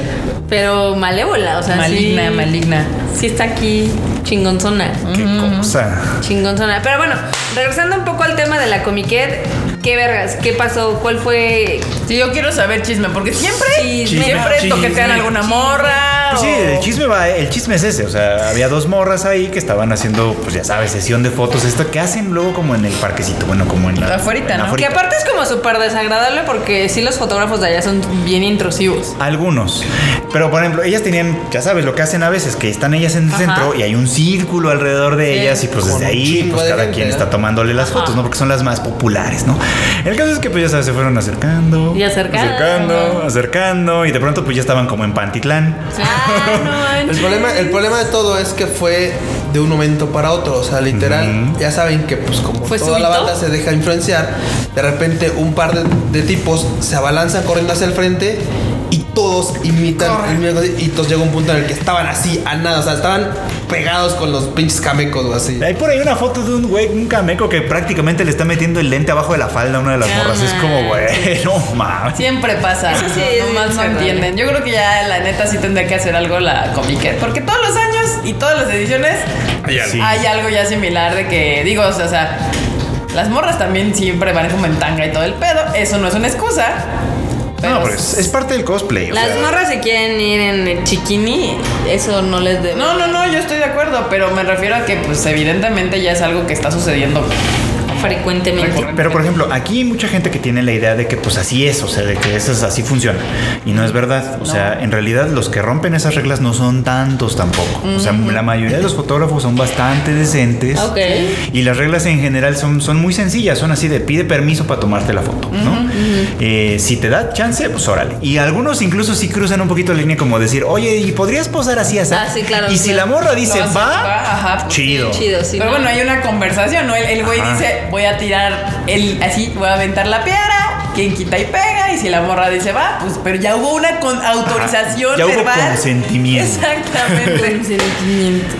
S3: pero malévola, o sea,
S1: Maligna,
S3: sí,
S1: maligna.
S3: Sí está aquí chingonzona.
S4: Qué cosa.
S3: Chingonzona. Pero bueno, regresando un poco al tema de la Comiquet, ¿qué vergas? ¿Qué pasó? ¿Cuál fue?
S1: Sí, yo quiero saber chisme, porque siempre,
S3: Chisme.
S1: siempre
S4: Chisme.
S1: toquetean alguna morra.
S4: Pues sí,
S1: o-
S4: el chisme va, el chisme es ese, o sea, había dos morras ahí que estaban haciendo, pues ya sabes, sesión de fotos, esto que hacen luego como en el parquecito, bueno, como en la...
S1: Afuerita,
S4: en
S1: ¿no?
S3: Que
S4: afuerita.
S3: aparte es como súper desagradable porque sí los fotógrafos de allá son bien intrusivos.
S4: Algunos. Pero por ejemplo, ellas tenían, ya sabes, lo que hacen a veces, que están ellas en el
S3: Ajá.
S4: centro y hay un círculo alrededor de ellas y pues
S2: Con
S4: desde
S2: un
S4: ahí
S2: chingo
S4: pues
S2: de
S4: cada
S2: gente,
S4: quien
S2: ¿no?
S4: está tomándole las fotos, ¿no? Porque son las más populares, ¿no? El caso es que pues ya sabes, se fueron acercando.
S3: Y acercando.
S4: Acercando, acercando, y de pronto pues ya estaban como en Pantitlán.
S3: Ah, no
S2: El
S3: manches.
S2: problema, el problema de todo es que fue de un momento para otro. O sea, literal, ya saben que pues como
S3: ¿Fue
S2: toda la
S3: súbito?
S2: banda se deja influenciar, de repente un par de, de tipos se abalanzan corriendo hacia el frente y todos imitan el mismo cosa, y todos llega un punto en el que estaban así a nada. O sea, estaban pegados con los pinches camecos o así.
S4: Hay por ahí una foto de un güey, un cameco que prácticamente le está metiendo el lente abajo de la falda a una de las
S3: No
S4: morras. Es como, güey,
S3: manches.
S4: no mames.
S1: Siempre pasa.
S3: Eso sí es
S1: no más no
S3: desagradable.
S1: entienden. Yo creo que ya la neta sí tendría que hacer algo la Comiquet. Porque todos los años y todas las ediciones
S5: Hay algo.
S4: Sí.
S1: hay algo ya similar de que, digo, o sea, o sea, las morras también siempre van como en tanga y todo el pedo. Eso no es una excusa. Pero
S4: No, pues es parte del cosplay. o
S3: Las
S4: sea.
S3: morras se quieren ir en chiquini, eso no les debe.
S1: No, no, no, yo estoy de acuerdo, pero me refiero a que pues evidentemente ya es algo que está sucediendo.
S3: frecuentemente.
S4: Pero por ejemplo, aquí hay mucha gente que tiene la idea de que pues así es, o sea, de que eso es, así funciona. Y no es verdad. O sea, en realidad los que rompen esas reglas no son tantos tampoco. O sea, la mayoría de los fotógrafos son bastante decentes.
S3: Ok.
S4: Y las reglas en general son, son muy sencillas, son así de pide permiso para tomarte la foto, ¿no? Eh, si te da chance, pues órale. Y algunos incluso sí cruzan un poquito la línea como decir, oye, ¿y podrías posar así, así?
S3: Ah, sí, claro,
S4: Y si la
S3: claro.
S4: morra dice,
S1: Lo hace,
S4: va,
S1: ajá.
S4: chido.
S3: Chido, sí.
S1: Pero
S3: ¿no?
S1: bueno, hay una conversación, ¿no? El, el güey
S4: Ajá.
S1: dice, voy a tirar el, así, voy a aventar la piedra. quien quita y pega, y si la morra dice va, pues, pero ya hubo una con autorización
S4: ya hubo
S1: verbal.
S4: consentimiento.
S1: Exactamente.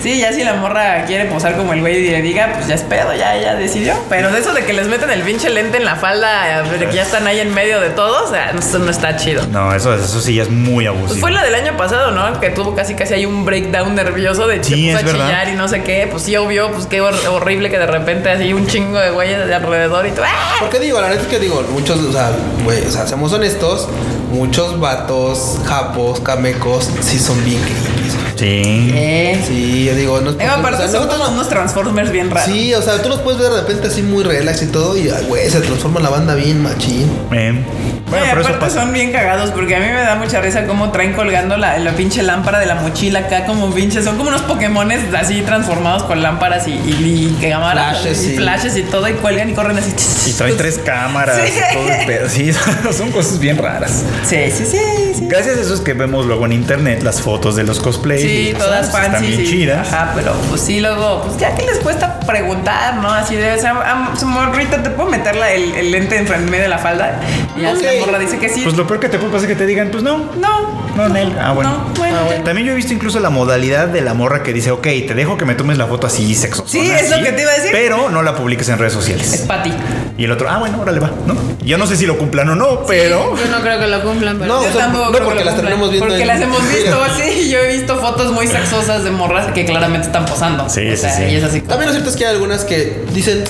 S1: Sí, ya si la morra quiere posar como el güey y le diga, pues ya es pedo, ya ella decidió. Pero de eso de que les meten el pinche lente en la falda, eh, de que ya están ahí en medio de todos, o sea, eso no está chido.
S4: No, eso, eso sí ya es muy abusivo.
S1: Pues fue la del año pasado, ¿no? Que tuvo casi casi ahí un breakdown nervioso de
S4: Sí,
S1: que
S4: es verdad.
S1: chillar y no sé qué. Pues sí, obvio, pues qué hor- horrible que de repente así un chingo de güeyes de alrededor y tú. ¡ah!
S2: Porque digo, la neta es que digo, muchos, o sea, güey, o sea, seamos honestos, muchos vatos, japos, camecos, sí son bien creepy.
S4: Sí.
S2: Sí, yo digo, no es
S1: Luego, Eh. aparte,
S2: o sea,
S1: son
S2: nosotros-
S1: como unos Transformers bien raros.
S2: Sí, o sea, tú los puedes ver de repente así muy relax y todo y, ay, güey, se transforma la banda bien machín.
S4: Eh, Bueno,
S1: Oye,
S4: pero eso
S1: aparte
S4: pasa.
S1: son bien cagados porque a mí me da mucha risa cómo traen colgando la, la pinche lámpara de la mochila acá como pinche, son como unos Pokémones así transformados con lámparas y, y, y cámaras
S2: Flashes
S1: y
S2: y-
S1: flashes y todo y cuelgan y corren así.
S4: Y traen tres cámaras
S1: Sí.
S4: y todo el pedo. Sí, son cosas bien raras.
S1: Sí, sí, sí, sí.
S4: Gracias a eso es que vemos luego en internet las fotos de los cosplays.
S1: Sí,
S4: Y,
S1: todas
S4: pues, Están
S1: fancy.
S4: bien
S1: sí.
S4: chidas.
S1: Ajá, pero pues sí, luego, pues ya que les cuesta preguntar, ¿no? Así de, o sea, am- su morrita, ¿te puedo meter la- el, el lente en frente- en medio de la falda? Y así
S2: Ok.
S1: la morra dice que sí.
S4: Pues lo peor que te puede pasar es que te digan, pues no.
S1: no.
S4: No, Nel. Ah, bueno.
S1: No, bueno.
S4: También yo he visto incluso la modalidad de la morra que dice, ok, te dejo que me tomes la foto así sexo.
S1: Sí, es lo que te iba a decir.
S4: Pero no la publiques en redes
S1: Es
S4: sociales.
S1: Patty.
S4: Y el otro, ah, bueno, órale va, ¿no? Yo no sé si lo cumplan o no, pero.
S3: Yo no creo que lo cumplan, pero.
S2: No,
S1: Yo
S2: o sea,
S1: tampoco
S2: no,
S1: creo que
S2: porque
S1: lo
S2: las
S1: cumplan.
S2: terminamos viendo
S1: Porque
S2: en-
S1: las hemos visto, sí. Yo he visto fotos muy sexosas de morras que claramente están posando.
S4: Sí,
S1: o
S4: sí,
S1: sea,
S4: sí.
S1: y es así. como-
S2: También lo cierto es que hay algunas que dicen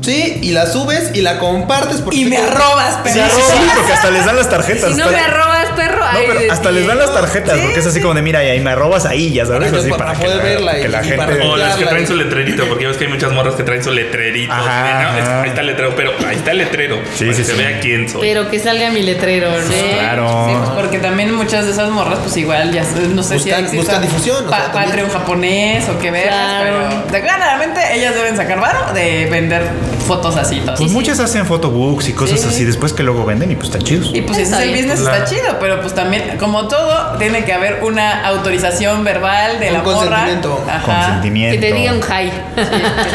S2: sí y la subes y la compartes porque
S1: Y me arrobas,
S4: Sí,
S1: pero.
S4: sí, sí, porque hasta les dan las tarjetas.
S3: Si no
S4: hasta-
S3: me arrobas, perro. este,
S4: No, pero hasta les dan las tarjetas, porque es así como de mira, y ahí me arrobas ahí, ya
S2: Para
S4: sabes,
S2: que-
S4: así
S2: para
S4: para,
S2: poder
S4: que,
S2: verla
S4: que
S2: y-
S4: la
S2: y
S4: gente. Pues
S2: para-
S5: O las que
S2: Habla
S5: traen
S2: de-
S5: su letrerito, porque ya ves que hay muchas morras que traen su letrerito.
S4: Ajá,
S5: Así de, "No,
S4: ajá.
S5: ahí está el letrero, pero ahí está el letrero.
S4: Sí,
S5: para
S4: sí,
S5: que
S4: sí.
S5: se vea quién soy.
S3: Pero que salga mi letrero, ¿no?
S1: Sí, pues
S4: Claro.
S1: porque también muchas de esas morras, pues igual, ya sé, no sé si
S2: Buscan-
S1: existe
S2: buscan difusión, o
S1: pa-
S2: sea, también.
S1: Patreon japonés o que veas,
S3: Claro.
S1: pero de- claramente ellas deben sacar varo de vender fotos así. todas.
S4: Pues muchas hacen photobooks y cosas
S1: Sí.
S4: así después que luego venden y pues están chidos.
S1: Y pues ese
S3: Está
S1: es el
S3: bien.
S1: business, está chido, pero pues también, como todo, tiene que haber una autorización verbal de
S2: Un
S1: la morra.
S2: consentimiento.
S1: Ajá.
S4: Consentimiento.
S3: Que te diga un hi.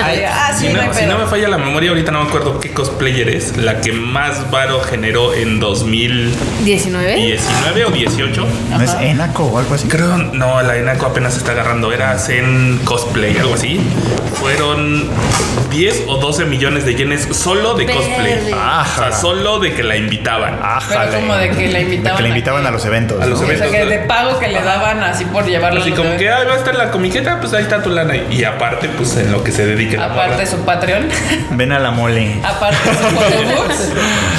S1: Ay, ah, sí,
S5: si,
S1: no hay
S5: no, si
S1: pedo.
S5: no me falla la memoria, ahorita no me acuerdo qué cosplayer es la que más varo generó en 2019
S3: ¿19?
S5: o 18.
S4: ¿No es enaco o algo así?
S5: Creo, no, la ENACO apenas se está agarrando. Era Zen Cosplay, algo así. Fueron 10 o 12 millones de yenes solo de cosplay.
S3: Verde.
S5: O sea, solo de que la invitaban.
S4: Ájale.
S1: como de que la invitaban
S4: que la
S1: a-
S4: invitaban a los eventos.
S5: A los
S4: ¿no?
S1: O sea,
S5: eventos.
S1: que de pago que le daban así por llevarla.
S5: pues, Así
S1: a los
S5: como que,
S1: eventos.
S5: ah, va a estar la comiqueta, pues ahí está tu lana. Y aparte, pues en lo que se dedique la
S1: Aparte
S5: morra.
S1: su Patreon,
S4: Ven a la mole.
S1: aparte su photobooks.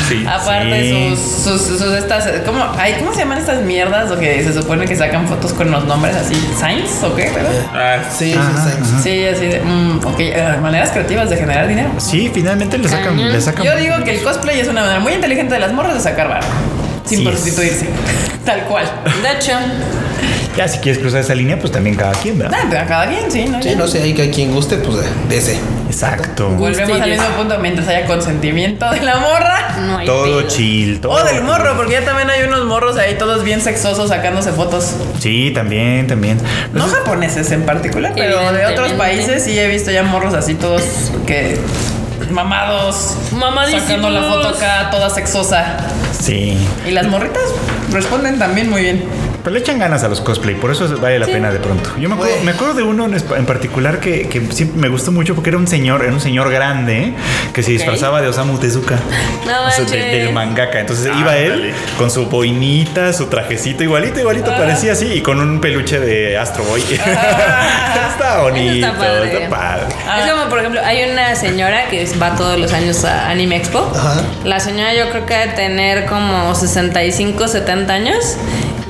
S5: Sí.
S1: Aparte
S4: Sí.
S1: sus, sus, sus estas, ¿cómo, ay, ¿cómo se llaman estas mierdas? O que se supone que sacan fotos con los nombres así, ¿Signs o qué? ¿verdad?
S5: Ah,
S2: Sí, sí,
S4: Ajá,
S2: sí.
S4: ajá.
S1: Sí, así de, mm, ok, eh, maneras creativas de generar dinero.
S4: Sí, finalmente le sacan.
S3: Cañón.
S4: Le sacan
S1: Yo digo que el cosplay es una manera muy inteligente de las morras de sacar barro. Sin
S4: Sí es.
S1: prostituirse. Tal cual.
S3: De hecho.
S4: Ya si quieres cruzar esa línea, pues también cada quien, ¿verdad?
S1: Nada, pero Ah, a cada quien, sí, ¿no?
S2: Sí, no sé, hay que- quien guste, pues de- de ese.
S4: Exacto.
S1: Volvemos al
S3: Ustedes.
S1: mismo punto mientras haya consentimiento de la morra.
S3: No hay
S4: Todo
S3: pedo.
S4: chill, todo.
S1: O Oh, del morro, porque ya también hay unos morros ahí todos bien sexosos sacándose fotos.
S4: Sí, también, también.
S1: No japoneses en particular, pero de otros
S3: Evidentemente.
S1: países sí he visto ya morros así todos que mamados,
S3: Mamadísimos.
S1: sacando la foto acá toda sexosa.
S4: Sí.
S1: Y las morritas responden también muy bien.
S4: Pero le echan ganas a los cosplay, por eso vale la pena de pronto. Yo me acuerdo, me acuerdo de uno en, espa- en particular que, que siempre me gustó mucho porque era un señor, era un señor grande ¿eh? que se disfrazaba de Osamu Tezuka.
S3: No
S4: O sea, de-
S3: manches.
S4: del mangaka. Entonces
S5: Ah,
S4: iba él
S5: ándale.
S4: con su boinita, su trajecito, igualito, igualito, parecía así, y con un peluche de Astro Boy. está bonito, está
S3: padre.
S4: padre.
S2: Ah.
S3: Es como, por ejemplo, hay una señora que es- va todos los años a Anime Expo.
S2: Ajá.
S3: La señora yo creo que debe tener como 65, 70 años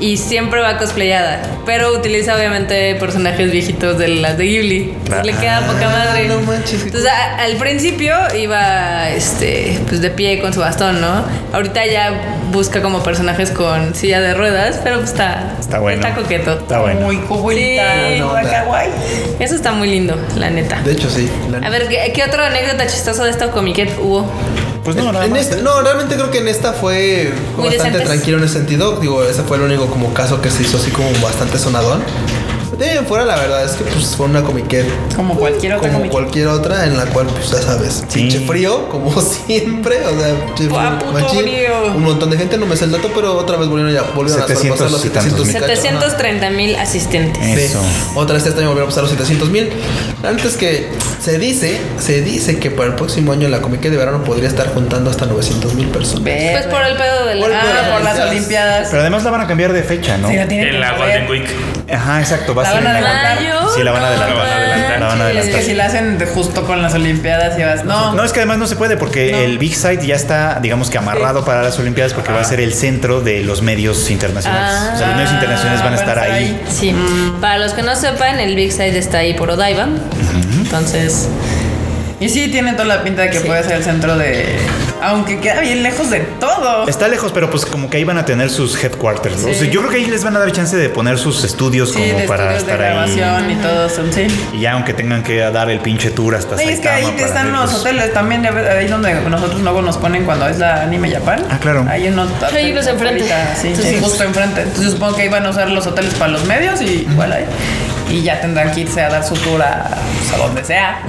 S3: y siempre va cosplayada, pero utiliza obviamente personajes viejitos de las de Ghibli. Entonces, le queda poca madre.
S2: Ah, no manches.
S3: Entonces, a- al principio iba este pues de pie con su bastón, ¿no? Ahorita ya busca como personajes con silla de ruedas, pero pues está
S4: Está bueno.
S3: Está coqueto.
S4: Está Ah, bueno.
S1: Muy cubulita,
S3: Sí.
S1: toda kawaii.
S3: Eso está muy lindo, la neta.
S2: De hecho, sí. la-
S3: A ver, ¿qué, qué otra anécdota chistosa de esta comiquet hubo?
S4: Pues no, nada
S2: en este-
S4: más.
S2: esta- no, realmente creo que en esta fue
S3: Muy
S2: bastante
S3: decentes.
S2: tranquilo en ese sentido. Digo, ese fue el único como caso que se hizo así como bastante sonadón. De ahí en fuera, la verdad es que pues, fue una comiquet
S1: Como cualquier otra
S2: como
S1: comic.
S2: cualquier otra en la cual, pues ya sabes,
S4: Sí.
S2: pinche frío, como siempre. O sea, pinche frío,
S3: Ah, puto frío.
S2: Un montón de gente, no me sé el dato, pero otra vez volvieron, ya, volvieron
S4: 700
S2: a sobrepasar los
S4: y
S2: 700
S4: tantos mil.
S2: cacho, ajá.
S3: 730 mil asistentes.
S2: Sí.
S4: Eso.
S2: Otra vez este año volvieron a pasar los 700 mil. Antes que se dice, se dice que para el próximo año la Comiquet de verano podría estar juntando hasta 900 mil personas.
S3: Pues por el pedo del.
S2: Por el pedo
S3: ah,
S2: del-
S3: por la-
S1: las Olimpiadas.
S4: Pero además la van a cambiar de fecha, ¿no?
S1: Sí, la tienen que
S5: En la
S1: saber.
S5: Golden Week.
S4: Ajá, exacto. Va a
S1: La
S4: ser
S1: van a
S4: en la-
S3: adelantar.
S4: Sí, la van a adelantar.
S5: La van a adelantar.
S4: La van a
S1: Es
S4: adelantar.
S1: que si la hacen de justo con las Olimpiadas y vas. No.
S4: No, es que además no se puede porque el Big Site ya está, digamos que amarrado para las Olimpiadas porque
S1: Ah.
S4: va a ser el centro de los medios internacionales.
S3: Ah.
S4: o sea, los medios internacionales van a estar ahí.
S3: Sí. Para los que no sepan, el Big Side está ahí por Odaiba. Entonces.
S1: Y sí, tiene toda la pinta de que
S3: Sí.
S1: puede ser el centro de. Aunque queda bien lejos de todo.
S4: Está lejos, pero pues como que ahí van a tener sus headquarters. ¿no? O sea,
S1: Sí.
S4: yo creo que ahí les van a dar chance de poner sus estudios
S1: Sí,
S4: como
S1: de
S4: para
S1: estudios de
S4: estar ahí.
S1: grabación y todo eso. Sí.
S4: Y ya aunque tengan que dar el pinche tour hasta
S1: Oye, es que ahí
S4: Saitama Pues para
S1: están
S4: ver pues,
S1: los
S4: los-
S1: hoteles también, ya ves, ahí donde nosotros luego nos ponen cuando es la anime Japan.
S4: Ah, claro.
S1: Hay unos
S3: Hay unos enfrente.
S1: ahorita, sí,
S3: Entonces,
S1: sí, justo enfrente. Entonces yo supongo que iban a usar los hoteles para los medios y igual ahí. Y ya tendrán que irse a dar su tour a, pues, a donde sea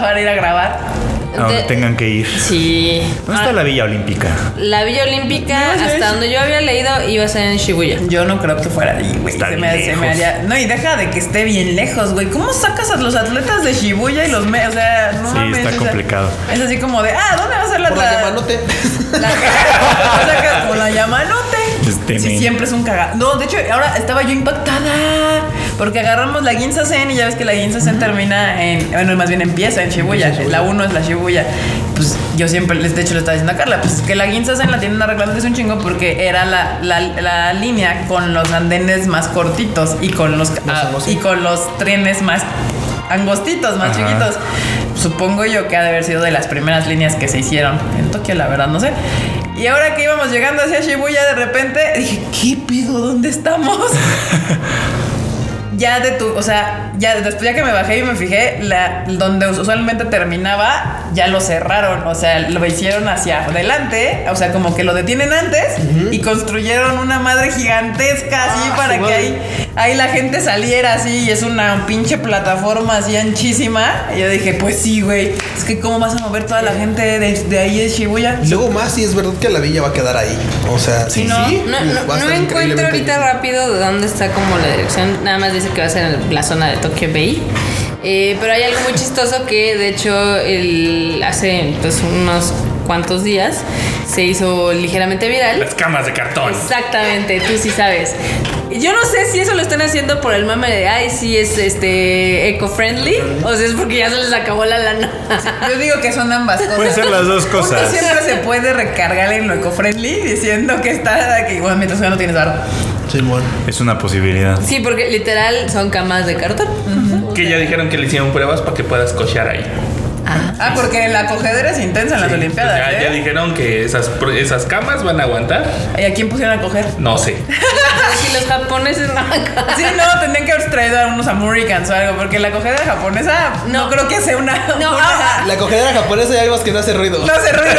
S1: para ir a grabar.
S4: a donde
S3: de-
S4: tengan que ir.
S3: Sí.
S4: ¿Dónde está
S3: Ah,
S4: la Villa Olímpica?
S3: la Villa Olímpica,
S1: No, ¿sabes?
S3: hasta donde yo había leído, iba a ser en Shibuya.
S1: Yo no creo que fuera ahí, güey.
S4: Está
S1: Se
S4: bien
S1: me, se me
S4: lejos.
S1: haría. No, y deja de que esté bien lejos, güey. ¿Cómo sacas a los atletas de Shibuya y los medios? O sea, no
S4: Sí,
S1: mames,
S4: está
S1: o sea,
S4: complicado.
S1: Es así como de, ah, ¿dónde va a ser la
S2: Por la llamanote.
S1: La sacas como la llamanote.
S4: Este,
S1: sí,
S4: men.
S1: siempre es un cagado. No, de hecho, ahora estaba yo impactada. Porque agarramos la Ginza Zen y ya ves que la Ginza Zen termina en. Bueno, más bien empieza en Shibuya. La 1 es la Shibuya. Pues yo siempre, les- de hecho, le estaba diciendo a Carla, pues que la Ginza Zen la tienen arreglada es un chingo porque era la, la- la línea con los andenes más cortitos y con los, ah,
S2: hongos, sí.
S1: y con los trenes más angostitos, más
S4: Ajá.
S1: chiquitos. Supongo yo que ha de haber sido de las primeras líneas que se hicieron en Tokio, la verdad, no sé. Y ahora que íbamos llegando hacia Shibuya, de repente dije, ¿qué pido? ¿Dónde estamos? ya de tu, o sea, ya después ya que me bajé y me fijé, la, donde usualmente terminaba, ya lo cerraron, o sea, lo hicieron hacia adelante, o sea, como que lo detienen antes y construyeron una madre gigantesca así
S2: Ah,
S1: para
S2: su
S1: que
S2: madre.
S1: ahí, ahí la gente saliera así y es una pinche plataforma así anchísima. Y yo dije, pues sí, güey, es que cómo vas a mover toda la gente de, de ahí de Shibuya.
S2: Y Luego más, y es verdad que la villa va a quedar ahí. O sea, sí,
S3: No,
S2: sí,
S3: no,
S2: va a
S3: no, no
S2: estar
S3: encuentro
S2: increíblemente
S3: ahorita
S2: lleno.
S3: rápido de dónde está como la dirección. Nada más dice que va a ser en la zona de Tokyo Bay. Eh, pero hay algo muy chistoso que de hecho el- hace pues, unos cuantos días se hizo ligeramente viral.
S5: Las camas de cartón.
S3: Exactamente, tú sí sabes. Yo no sé si eso lo están haciendo por el mame de ay, si es este eco-friendly o si es porque ya se les acabó la lana.
S1: Yo digo que son ambas cosas.
S4: Pueden ser las dos
S1: Uno
S4: cosas.
S1: siempre se puede recargar en lo eco-friendly diciendo que está que igual mientras que no tienes barro.
S2: Simón.
S4: Es una posibilidad.
S3: Sí, porque literal son camas de cartón.
S5: Que ya dijeron que le hicieron pruebas para que puedas cochear ahí.
S1: Ah, porque la cogedera es intensa en las Olimpiadas.
S5: pues Ya, ya
S1: ¿eh?
S5: dijeron que esas, pr- esas camas van a aguantar.
S1: ¿Y a quién pusieron a coger?
S5: No sé.
S3: Pero si los japoneses no
S1: Sí, no, tendrían que haber traído a unos Americans o algo, porque la cogedera japonesa no,
S3: No.
S1: creo que sea una.
S3: No, ah,
S1: una-
S3: ahora-
S2: La cogedera japonesa hay más que no hace ruido.
S1: no hace ruido.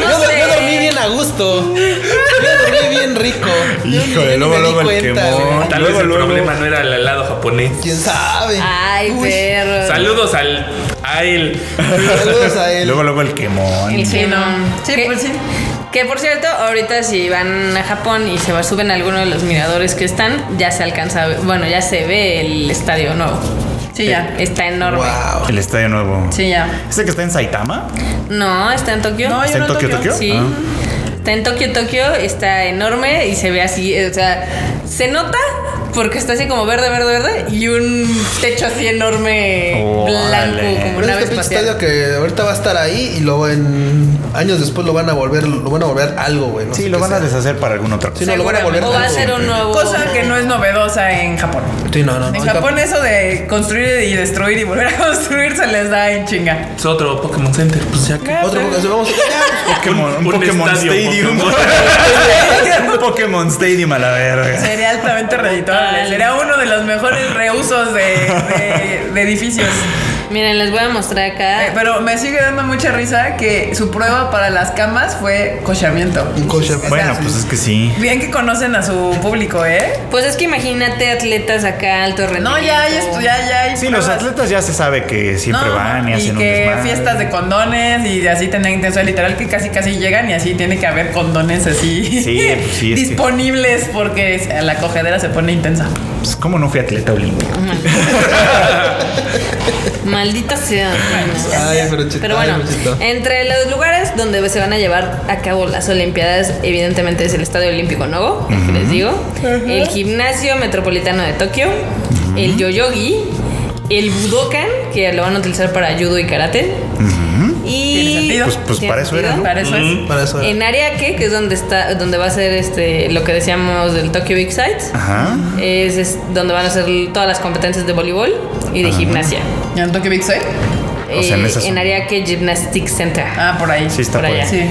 S2: yo, do- yo dormí bien a gusto. Yo dormí bien rico. Yo
S4: Hijo
S2: ni-
S4: de
S2: yo ni
S4: luego,
S2: me di
S4: luego el
S2: cuenta, güey.
S4: quemón.
S5: Tal
S4: Luego,
S5: vez el
S4: luego.
S5: problema no era el helado japonés.
S2: ¿Quién sabe?
S3: Ay, perro.
S5: Saludos al a él.
S2: Saludos a él.
S4: Luego, luego el quemón.
S3: El
S1: Sí, no.
S3: Simón.
S1: Sí,
S3: Que-
S1: pues sí.
S3: Que por cierto, ahorita si van a Japón y se va- suben a alguno de los miradores que están, ya se alcanza, a ver- bueno, ya se ve el estadio nuevo.
S1: Sí, ya.
S3: Está enorme.
S2: Wow.
S4: El estadio nuevo.
S1: Sí, ya.
S4: ¿Ese que está en Saitama?
S3: No, está en Tokio.
S1: No, yo
S4: ¿Está en
S1: no
S4: Tokio,
S1: Tokio.
S4: Tokio?
S3: Sí.
S4: Ah.
S3: Está en Tokio, Tokio, está enorme y se ve así, eh, o sea, se nota porque está así como verde, verde, verde y un techo así enorme
S4: Órale.
S3: blanco como
S2: Pero
S3: una
S2: este
S3: nave
S2: pinche
S3: espacial.
S2: estadio que ahorita va a estar ahí y luego en años después lo van a volver, lo van a volver algo, güey. no
S4: Sí,
S2: sé
S4: lo
S2: qué
S4: van a
S2: sea.
S4: deshacer para alguna otra cosa.
S2: Sí, no, lo van a volver.
S3: O va a ser un nuevo
S1: Cosa que no es novedosa en Japón.
S2: Sí, no, no. no.
S1: En Japón eso de construir y destruir y volver a construir se les da en chinga.
S5: Es otro Pokémon Center. Pues ya que.
S2: Otro, vamos a
S4: Pokémon, un,
S5: un
S4: Pokémon
S5: estadio,
S4: Stadium.
S5: Pokémon.
S4: un Pokémon Stadium a la verga.
S1: Sería altamente redituable. Sería uno de los mejores reusos de, de- de edificios.
S3: Miren, les voy a mostrar
S1: Eh,
S3: acá.
S1: Pero me sigue dando mucha risa que su prueba para las camas fue cochamiento.
S2: cochamiento.
S4: Bueno, pues es que sí.
S1: Bien que conocen a su público, ¿eh?
S3: Pues es que imagínate atletas acá alto rendimiento.
S1: No, ya hay, estu- ya, ya hay
S4: Sí, los
S1: pruebas.
S4: atletas ya se sabe que siempre
S1: No,
S4: van y, hacen
S1: que
S4: un desmadre.
S1: fiestas de condones y así tienen, o sea, literal que casi casi llegan y así tiene que haber condones así
S4: Sí, pues sí, es que-
S1: disponibles porque la cogedera se pone intensa.
S4: Pues, ¿Cómo no fui atleta olímpico?
S3: Maldita sea.
S2: Ay, pero chito,
S3: Pero bueno,
S2: ay, pero chito.
S3: entre los lugares donde se van a llevar a cabo las Olimpiadas, evidentemente es el Estadio Olímpico Nogo, el que les digo, el Gimnasio Metropolitano de Tokio, el Yoyogi, el Budokan, que lo van a utilizar para judo y karate. Y
S1: Tiene sentido.
S4: Pues- pues
S3: ¿Tiene
S4: para eso
S3: sentido?
S4: era, ¿no?
S1: Para eso es.
S2: Para eso.
S3: En Ariake, que es donde está, donde va a ser este lo que decíamos del Tokyo Big Sites,
S4: Ajá.
S3: es, es donde van a ser todas las competencias de voleibol y de gimnasia. Eh,
S1: ¿Ya no toque Big Soy?
S4: O sea, en esas-
S3: Ariake Gymnastic Center.
S1: Ah, por ahí.
S4: Sí, está
S3: por
S4: por
S3: allá.
S4: ahí.
S1: Sí.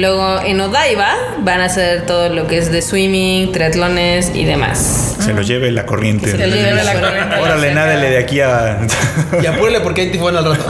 S3: Luego en Odaiba van a hacer todo lo que es de swimming, triatlones y demás.
S4: Se lo lleve la corriente.
S3: Se lo lleve la corriente.
S4: Órale, nádele de aquí a.
S2: Y apúrele porque hay tifón al rato.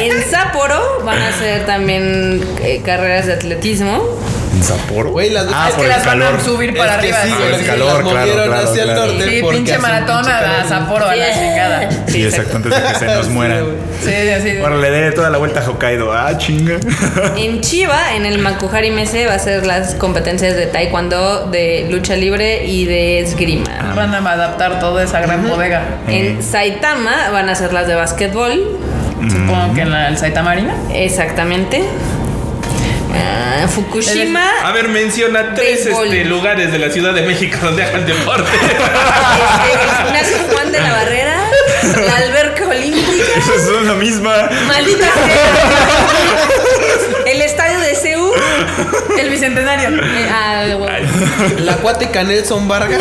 S3: En Sapporo van a hacer también eh, carreras de atletismo.
S4: ¿En Sapporo?
S2: Güey, las-
S4: ah,
S2: es que
S4: por el
S1: las van a
S4: calor.
S1: subir para
S2: Es que
S1: arriba.
S2: sí,
S1: ¿no?
S2: güey,
S4: por el
S2: sí,
S4: calor,
S2: las
S4: claro,
S2: movieron
S4: claro,
S2: hacia el
S4: claro.
S2: norte
S1: Sí,
S2: porque
S1: pinche
S2: hace un
S1: maratón
S2: pinche
S1: a
S2: calor.
S1: Sapporo a la chingada.
S4: Sí, exacto, antes de que se nos muera.
S2: güey.
S1: Sí, así. de-
S4: Órale, déle toda la vuelta a Hokkaido. Ah, chinga.
S3: En Chiba, en el Makuhari Mese, va a ser las competencias de taekwondo, de lucha libre y de esgrima.
S1: Van a adaptar toda esa gran bodega.
S3: En Saitama van a ser las de básquetbol,
S1: Supongo que en la el Saita Marina.
S3: exactamente. Ah, Fukushima.
S1: Ah.
S5: A ver, menciona tres
S3: Béisbol.
S5: este, lugares de la Ciudad de México donde hagan deporte.
S3: Este, el gimnasio Juan de la Barrera, la alberca olímpica,
S4: Esas son la misma.
S3: maldita sea, el estadio de CEU,
S1: El Bicentenario.
S3: eh, ah, de huevo.
S2: La acuática Nelson Vargas.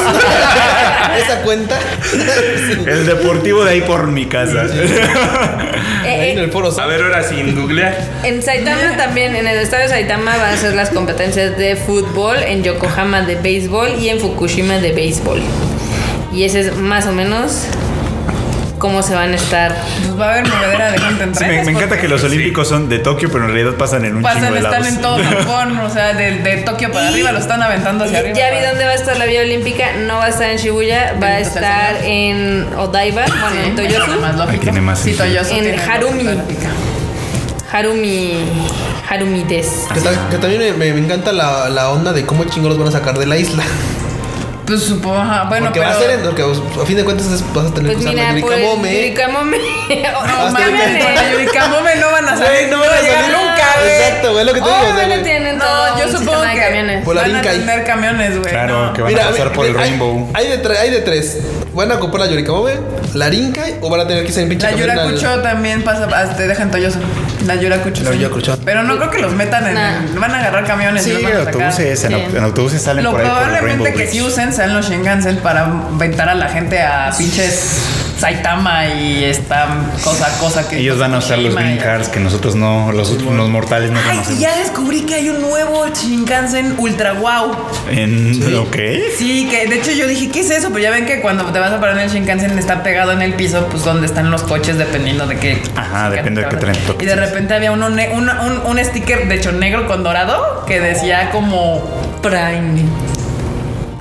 S2: Esa cuenta. Sí.
S4: El deportivo de ahí por mi casa.
S2: Ahí en
S3: Eh, eh,
S2: el foro
S5: A
S2: ¿sabes?
S5: ver, ahora sin googlear.
S3: en Saitama también, en el estadio de Saitama van a ser las competencias de fútbol, en Yokohama de béisbol y en Fukushima de béisbol. Y ese es más o menos cómo se van a estar.
S1: Pues va a haber movedera de gente en
S4: Sí, me,
S1: trenes,
S4: me encanta
S1: porque
S4: que los olímpicos son de Tokio, pero en realidad pasan en un chingo
S1: Pasan,
S4: de
S1: están
S4: lados.
S1: en todo Japón, o sea, de, de Tokio para
S3: Y-
S1: arriba, lo están aventando hacia arriba.
S3: Ya vi dónde va a estar la vía olímpica, no va a estar en Shibuya, va a
S1: Benito sea el
S3: estar
S1: Señor.
S3: en Odaiba, bueno, en Toyosu.
S1: Más lógico.
S4: Ahí tiene más
S1: Sí,
S4: sentido.
S1: Toyosu
S3: En
S1: tiene
S3: Harumi.
S1: más lógica.
S3: Harumi. Harumides.
S2: Que, ta- que también me, me- me encanta la, la onda de cómo chingados van a sacar de la isla.
S1: Pues supongo, ajá, bueno,
S2: porque
S1: pero...
S2: va a ser en lo que a fin de cuentas es- vas a tener
S3: Pues
S2: que usar
S3: mira,
S2: la
S3: pues.
S2: Yuricamome.
S3: Yuricamome.
S1: No
S3: Oh,
S2: a estar
S1: mames, con la
S3: Cámbiale.
S1: Yuricamome no van a salir,
S2: Güey, no van a
S1: llegar
S2: salir.
S1: nunca, güey.
S2: Exacto, güey, lo que te digo, o
S3: Oh,
S2: sea,
S3: bueno,
S2: güey.
S3: tienen todo
S1: No, yo
S3: un
S1: supongo
S3: sistema de
S1: que
S3: camiones.
S1: van a
S2: Volarinca y-
S1: tener camiones, güey.
S4: Claro,
S1: no.
S4: que van
S2: Mira,
S4: a pasar
S2: ve-
S4: por el
S2: ve- hay-
S4: Rainbow.
S2: Hay, de tre- hay de tres. ¿Van a comprar la Yuricamome, la Rinca o van a tener que irse en pinche
S1: La
S2: camión al-
S1: Yuracucho también pasa, ah, te dejan Toyosu. La Yuracucho.
S2: La
S1: sí.
S2: Yuracucho.
S1: Pero no creo que los metan en...
S3: Nah.
S1: el- Van a agarrar camiones y
S4: Sí,
S1: los van a
S4: en
S1: sacar.
S4: autobuses, en,
S3: Sí.
S4: au- en autobuses salen
S1: Lo
S4: por ahí por el Rainbow
S1: probablemente que
S4: Bridge.
S1: sí usen sean los Shinkansen para aventar a la gente a pinches Saitama y esta cosa, cosa que.
S4: Ellos van a usar los
S1: Shima
S4: green
S1: y-
S4: cards que nosotros no, los, los mortales no
S1: Ay, y
S4: conocemos.
S1: ya descubrí que hay un nuevo Shinkansen ultra wow.
S4: En, ¿Ok?
S1: Sí, que de hecho yo dije, ¿qué es eso? Pero ya ven que cuando te vas a parar en el Shinkansen está pegado en el piso, pues donde están los coches, dependiendo de qué.
S4: Ajá,
S1: Shinkansen
S4: depende de
S1: te vas
S4: qué
S1: a-
S4: tren toques.
S1: Y de repente había uno ne- una- un, un sticker, de hecho negro con dorado, que decía como Prime.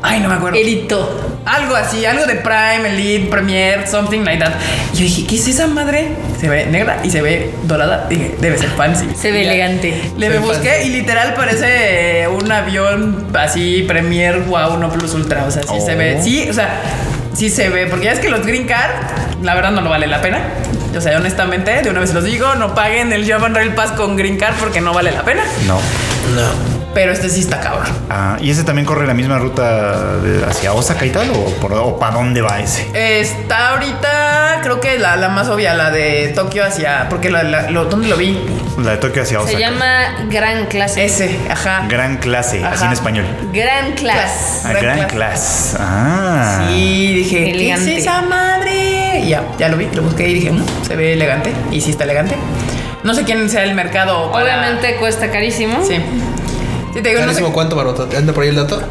S1: Ay, no me acuerdo.
S3: Elito.
S1: Algo así, algo de Prime, Elite, Premier, something like that. Y yo dije, ¿qué es esa madre? Se ve negra y se ve dorada. Dije, debe ser fancy.
S3: Se ve
S1: Y ya.
S3: elegante.
S1: Le
S2: Se ve
S1: busqué
S2: fancy.
S1: y literal parece eh, un avión así Premier Wow 1 Plus Ultra. O sea, sí se ve. Sí, o sea, sí se ve. Porque ya es que los Green Card, la verdad, no lo vale la pena. O sea, honestamente, de una vez se los digo, no paguen el Japan Rail Pass con Green Card porque no vale la pena.
S4: No.
S2: No.
S1: Pero este sí está cabrón.
S4: Ah, ¿Y ese también corre la misma ruta de- hacia Osaka y tal? ¿O, por- o para dónde va ese?
S1: Está ahorita, creo que la, la más obvia, la de Tokio hacia. Porque la, la- lo- ¿dónde lo vi?
S4: La de Tokio hacia Osaka.
S3: Se llama Gran Clase.
S1: Ese, ajá.
S4: Gran clase, así en
S1: Ajá.
S4: español.
S3: Gran Clase.
S4: Ah,
S1: Gran
S4: gran
S1: clase.
S4: clase. Ah.
S1: Y dije,
S3: Elegante.
S1: ¿qué es esa madre? Y ya, ya lo vi, lo busqué y dije, "Mm, se ve elegante. Y sí está elegante. No sé quién sea el mercado. para-
S3: Obviamente cuesta carísimo.
S1: Sí.
S3: Sí, te digo, no sé.
S2: Carísimo, ¿cuánto, Barbota? ¿Anda por ahí el dato?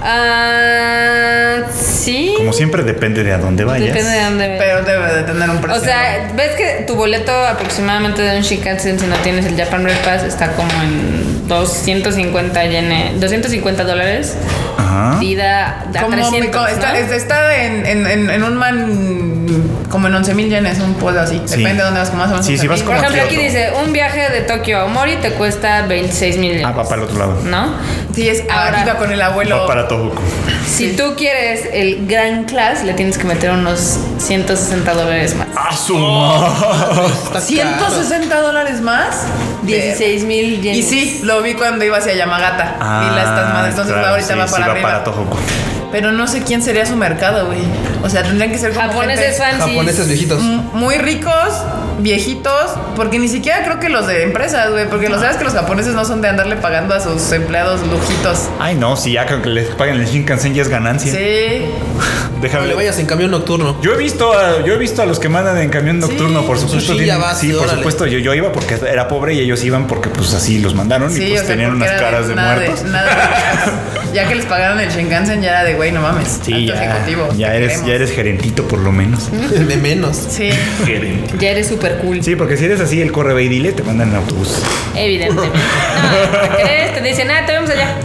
S3: Ah, sí.
S4: Como siempre, depende de a dónde vayas.
S3: Depende de dónde veas.
S1: Pero debe de tener un precio.
S3: O sea, ves que tu boleto aproximadamente de un Shinkansen, si no tienes el Japan Red Pass, está como en 250 yenes, 250 dólares.
S4: Ajá.
S3: Ida da
S1: Como
S3: 300,
S1: mi co- está,
S3: ¿no?
S1: está- está en, en- en- en un man como en 11 mil yenes, un pueblo así.
S4: Sí.
S1: Depende de dónde vas, como más o menos
S4: Sí, si vas
S1: 11,000.
S3: Por
S4: como a
S3: ejemplo, aquí
S4: Kioto.
S3: dice, un viaje de Tokio a Omori te cuesta 26 mil
S4: Ah, va para el otro lado.
S1: Mm.
S3: ¿No?
S1: Sí, es
S3: Ahora.
S1: ahora iba con el abuelo.
S4: Va para Tohoku.
S3: Si tú quieres el Grand Class, le tienes que meter unos 160 dólares más.
S4: ¡Ah, su madre!
S2: Está caro.
S1: 160 dólares más.
S3: 16 mil yenes.
S1: Y sí, lo vi cuando iba hacia Yamagata. y las estas madres. Entonces
S4: Ah, claro,
S1: ahorita
S4: sí,
S1: va
S4: sí,
S1: para
S4: va
S1: arriba.
S4: para Tohoku.
S1: Pero no sé quién sería su mercado, güey. O sea, tendrían que ser como
S3: Japoneses
S1: gente
S3: fancy.
S2: Japoneses viejitos.
S1: m- muy ricos, viejitos, porque ni siquiera creo que los de empresas, güey, porque lo sabes que los japoneses no son de andarle pagando a sus empleados lujitos.
S4: Ay, no, si ya con que les paguen el Shinkansen ya es ganancia.
S1: Sí.
S2: No
S4: Déjame.
S2: le vayas en camión nocturno.
S4: Yo he visto a, yo he visto a los que mandan en camión nocturno,
S1: pues
S4: por supuesto.
S2: Sushi, ya vas,
S4: sí, por
S2: órale.
S4: supuesto, yo, yo iba porque era pobre y ellos iban porque pues así los mandaron
S1: Sí,
S4: y pues
S1: o sea,
S4: tenían
S1: porque
S4: unas
S1: era
S4: caras de,
S1: nada
S4: muertos.
S1: nada de- ya que les pagaron el Shinkansen, ya era de güey, no mames.
S4: sí,
S1: alto
S4: ya,
S1: ejecutivo,
S4: ya
S1: te
S4: eres,
S1: queremos.
S4: ya eres gerentito por lo menos.
S2: De menos.
S1: Sí.
S5: Gerente.
S3: Ya eres super cool.
S4: Sí, porque si eres así, el corre ve y dile, te mandan en autobús.
S3: Evidentemente. No, ¿crees? Te dicen, ah, te vemos allá.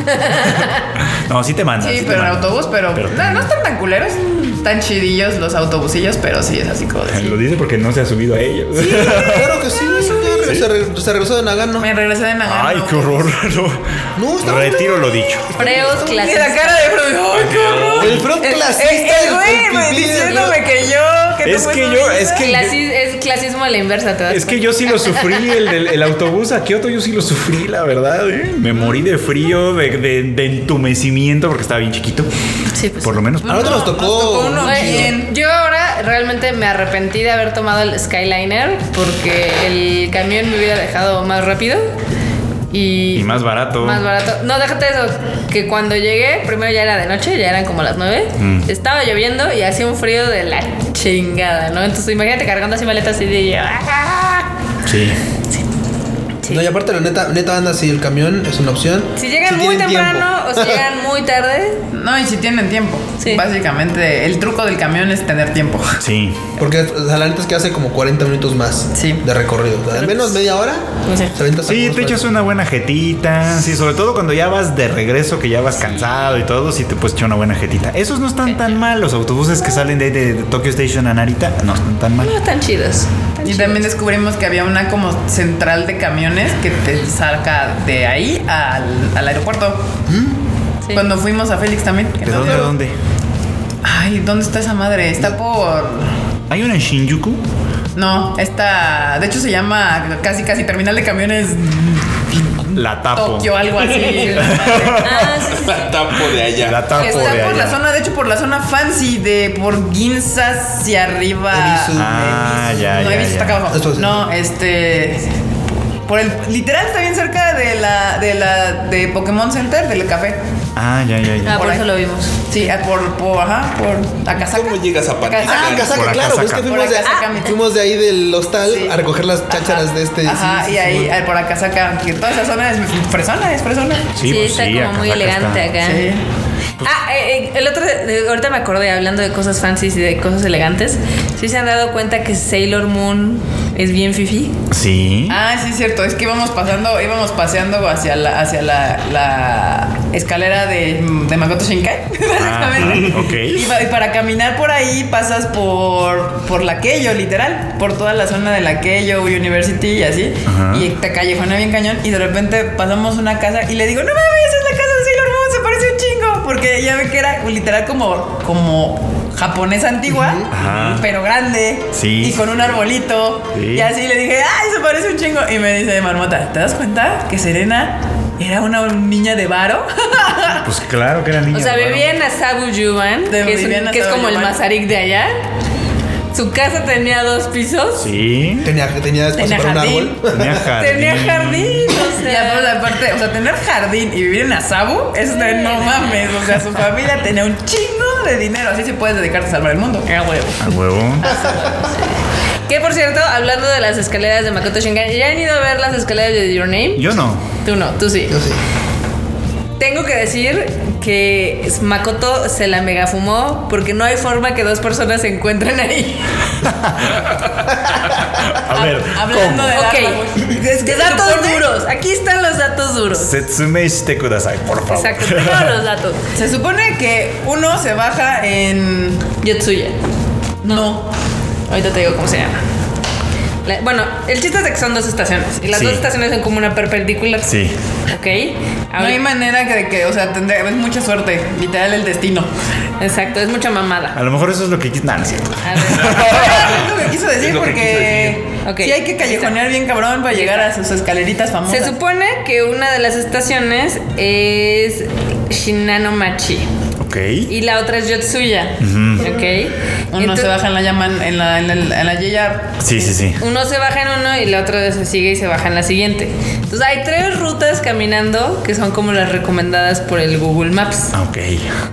S4: No, sí te mandan.
S1: Sí,
S4: te
S1: pero en
S4: mandan.
S1: autobús, pero,
S4: Pero-
S1: no, no están tan culeros, están chidillos los autobusillos, pero sí es así como de-
S4: Lo dice porque no se ha subido a ellos.
S2: Claro que sí, señor. Se, re- se regresó de Nagano.
S1: Me regresé de Nagano.
S4: Ay, qué horror.
S2: No, está
S4: No. Retiro lo dicho.
S3: Freos
S1: Y la
S3: clases.
S1: cara de Freud, ¡ay, qué horror!
S2: El Freud
S1: El-
S2: clasista,
S1: el- el
S2: el- el
S1: Eh, güey
S2: pipí,
S1: diciéndome
S2: ¿no?
S1: que yo, que
S4: Es
S1: tú
S4: que
S1: fuiste
S4: yo,
S1: una
S4: es que
S3: Clasi- es clasismo a la inversa, ¿te das
S4: Es que yo sí lo sufrí, el, del- el autobús a Kioto, yo sí lo sufrí, la verdad. ¿eh? Me morí de frío, de, de- de entumecimiento, porque estaba bien chiquito.
S3: cuenta? Sí, pues.
S4: Por lo menos.
S2: A nosotros nos tocó.
S1: uno
S3: Güey,
S1: bien.
S3: Yo ahora realmente me arrepentí de haber tomado el Skyliner porque el camión me hubiera dejado más rápido y,
S4: Y más barato.
S3: Más barato. No, déjate eso. Que cuando llegué, primero ya era de noche, ya eran como las 9.
S4: Mm.
S3: Estaba lloviendo y hacía un frío de la chingada, ¿no? Entonces imagínate cargando así maletas así de. ¡ah!
S4: Sí.
S3: Sí.
S2: No, y aparte, la neta, neta anda si el camión es una opción.
S3: Si llegan muy
S2: tienen
S3: temprano
S2: tiempo.
S3: o si llegan muy tarde,
S1: No, y si tienen tiempo.
S3: Sí.
S1: Básicamente, el truco del camión es tener tiempo.
S4: Sí.
S2: Porque o sea, la neta es que hace como 40 minutos más
S1: Sí. pues
S2: de recorrido. O sea, al menos media hora.
S3: Sí.
S2: se avienta
S4: Sí,
S2: sacos,
S4: te echas
S2: ¿vale?
S4: una buena jetita. Sí, sobre todo cuando ya vas de regreso, que ya vas cansado y todo, sí te puedes echar una buena jetita. Esos no están tan mal. Los autobuses que salen de, de- de Tokyo Station a Narita no están tan mal.
S3: no están chidos. Están
S1: Y
S3: chidos.
S1: también descubrimos que había una como central de camiones que te saca de ahí al, al aeropuerto.
S3: Sí.
S1: Cuando fuimos a Félix también. que
S4: ¿De
S1: no-
S4: dónde a dónde?
S1: Ay, ¿dónde está esa madre? Está por...
S4: ¿Hay una en Shinjuku?
S1: No, está... De hecho se llama casi casi Terminal de Camiones
S4: La tapo.
S1: Tokio, algo así.
S3: Ah, sí, sí, sí.
S5: La tapo de allá.
S4: La tapo
S1: Que
S4: de
S1: está por
S4: allá.
S1: la zona, de hecho por la zona fancy de por Ginza hacia arriba.
S2: Ebisu.
S4: Ah, ya,
S1: no
S4: ya,
S1: he visto
S4: ya.
S1: está acá abajo.
S2: Esto es-
S1: No, este por el literal está bien cerca de la de la de Pokémon Center del café.
S4: Ah, ya, ya, ya.
S3: Ah, por,
S1: Por ahí.
S3: eso lo vimos.
S1: Sí, ah, por por ajá, por Akasaka.
S5: ¿Cómo llegas a Pachuca?
S2: Ah,
S1: Akasaka.
S2: casaca,
S4: Por acá,
S2: claro. pues
S4: saca.
S2: es que fuimos
S1: Por
S2: de,
S1: acá, saca, mi-
S2: fuimos de ahí del hostal
S1: Sí.
S2: a recoger las chácharas de este.
S1: Ajá,
S2: sí, sí,
S1: y ahí
S2: sí,
S1: ah, por Akasaka, que toda esa zona es persona, es persona.
S3: Sí,
S4: pues
S3: está
S4: sí,
S3: como
S4: acá,
S3: muy
S4: acá
S3: elegante
S4: está.
S3: acá.
S1: Sí.
S3: Ah, eh, eh, el otro, eh, ahorita me acordé hablando de cosas fancies y de cosas elegantes. ¿Sí se han dado cuenta que Sailor Moon es bien fifi?
S4: Sí.
S1: Ah, sí, es cierto. Es que íbamos pasando, íbamos paseando hacia la, hacia la, la escalera de, de Makoto Shinkai. básicamente.
S4: ah, ok.
S1: Y, pa- y para caminar por ahí pasas por, por la Keio, literal. Por toda la zona de la Keio, University y así.
S4: Ajá.
S1: Y te callejona bien cañón. Y de repente pasamos una casa y le digo, no mames, es la casa de Sailor Moon, se parece un chingo. Porque ya ve que era literal como, como japonesa antigua,
S4: Ajá.
S1: pero grande.
S4: Sí.
S1: Y con un arbolito.
S4: Sí.
S1: Y así le dije, ay, se parece un chingo. Y me dice, Marmota, ¿te das cuenta que Serena era una niña de varo?
S4: Pues claro que era niña.
S3: O sea,
S4: claro.
S3: vivía en Asabu Yuban,
S1: De-
S3: que es, un-
S1: vivía en
S3: que es como el
S1: Asabu-Yuban.
S3: Mazarik de allá. Su casa tenía dos pisos.
S4: Sí.
S2: Tenía, tenía espacio
S1: Tenía
S2: para un
S1: jardín.
S2: árbol.
S4: Tenía jardín.
S3: Tenía jardín, o
S1: Y
S3: sea.
S1: aparte, aparte, o sea, tener jardín y vivir en Asabu, eso de no mames. O sea, su familia tenía un chingo de dinero. Así sí puedes dedicarte a salvar el mundo. Era huevo.
S4: A Ah, huevo.
S3: Ah. Que por cierto, hablando de las escaleras de Makoto Shinkai, ¿ya han ido a ver las escaleras de Your Name?
S4: Yo no.
S3: Tú no, tú sí.
S2: Yo sí.
S3: tengo que decir que Makoto se la mega fumó porque no hay forma que dos personas se encuentren ahí. Ah,
S4: A ver,
S1: Hablando de
S3: ok, es que datos duros. Aquí están los datos duros.
S4: Setsume shite kudasai, por favor.
S3: Exacto, todos los datos.
S1: Se supone que uno se baja en.
S3: Yotsuya. No. Ahorita te digo cómo se llama. La- bueno, el chiste es de que son dos estaciones. Y las
S4: Sí.
S3: dos estaciones son como una perpendicular.
S4: Sí.
S3: Ok.
S1: No hay
S3: Ahorita-
S1: manera que, que o sea, tendré, es mucha suerte, literal el destino.
S3: Exacto, es mucha mamada.
S4: A lo mejor eso es lo que quis- Nah, no es cierto.
S3: A ver.
S1: es lo que quiso
S5: Es
S1: decir
S5: lo que
S1: porque
S3: quiso decir. Ok.
S1: sí hay que callejonear bien cabrón para llegar a sus escaleritas famosas.
S3: Se supone que una de las estaciones es Shinanomachi
S4: Ok.
S3: y la otra es Yotsuya. Ok.
S1: uno
S3: Entonces,
S1: se baja en la llama en la, en la, en la Yeyar.
S4: Sí, sí, sí.
S3: Uno se baja en uno y la otra se sigue y se baja en la siguiente. Entonces hay tres rutas caminando que son como las recomendadas por el Google Maps.
S4: Ah, Ok.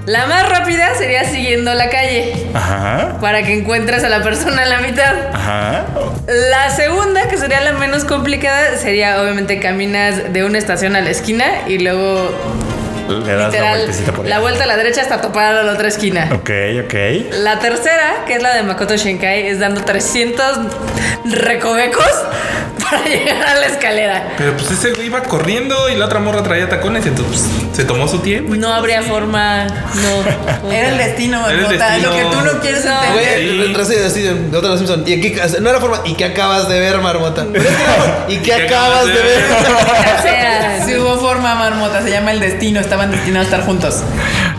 S3: La más rápida sería siguiendo la calle
S4: Ajá.
S3: para que encuentres a la persona en la mitad.
S4: Ajá.
S3: La segunda, que sería la menos complicada, sería obviamente caminas de una estación a la esquina y luego
S4: Le das la
S3: literal
S4: vueltecita por ahí.
S3: la vuelta a la derecha hasta topar a la otra esquina.
S4: Ok, ok.
S3: La tercera, que es la de Makoto Shinkai, es dando 300 recovecos para llegar a la escalera.
S5: Pero pues ese güey iba corriendo y la otra morra traía tacones, entonces pues, se tomó su tiempo.
S3: No habría forma, no.
S1: Era el destino,
S5: Era el
S1: Macota,
S5: destino.
S1: lo que tú no quieres
S3: No.
S1: entender.
S5: Sí.
S2: Güey, tras- así de de otra de los Simpson. ¿Y aquí, no era forma? ¿Y qué acabas de ver, Marmota? ¿Y qué acabas de ver?
S3: O sea,
S1: Si hubo forma marmota, se llama el destino, estaban destinados a estar juntos.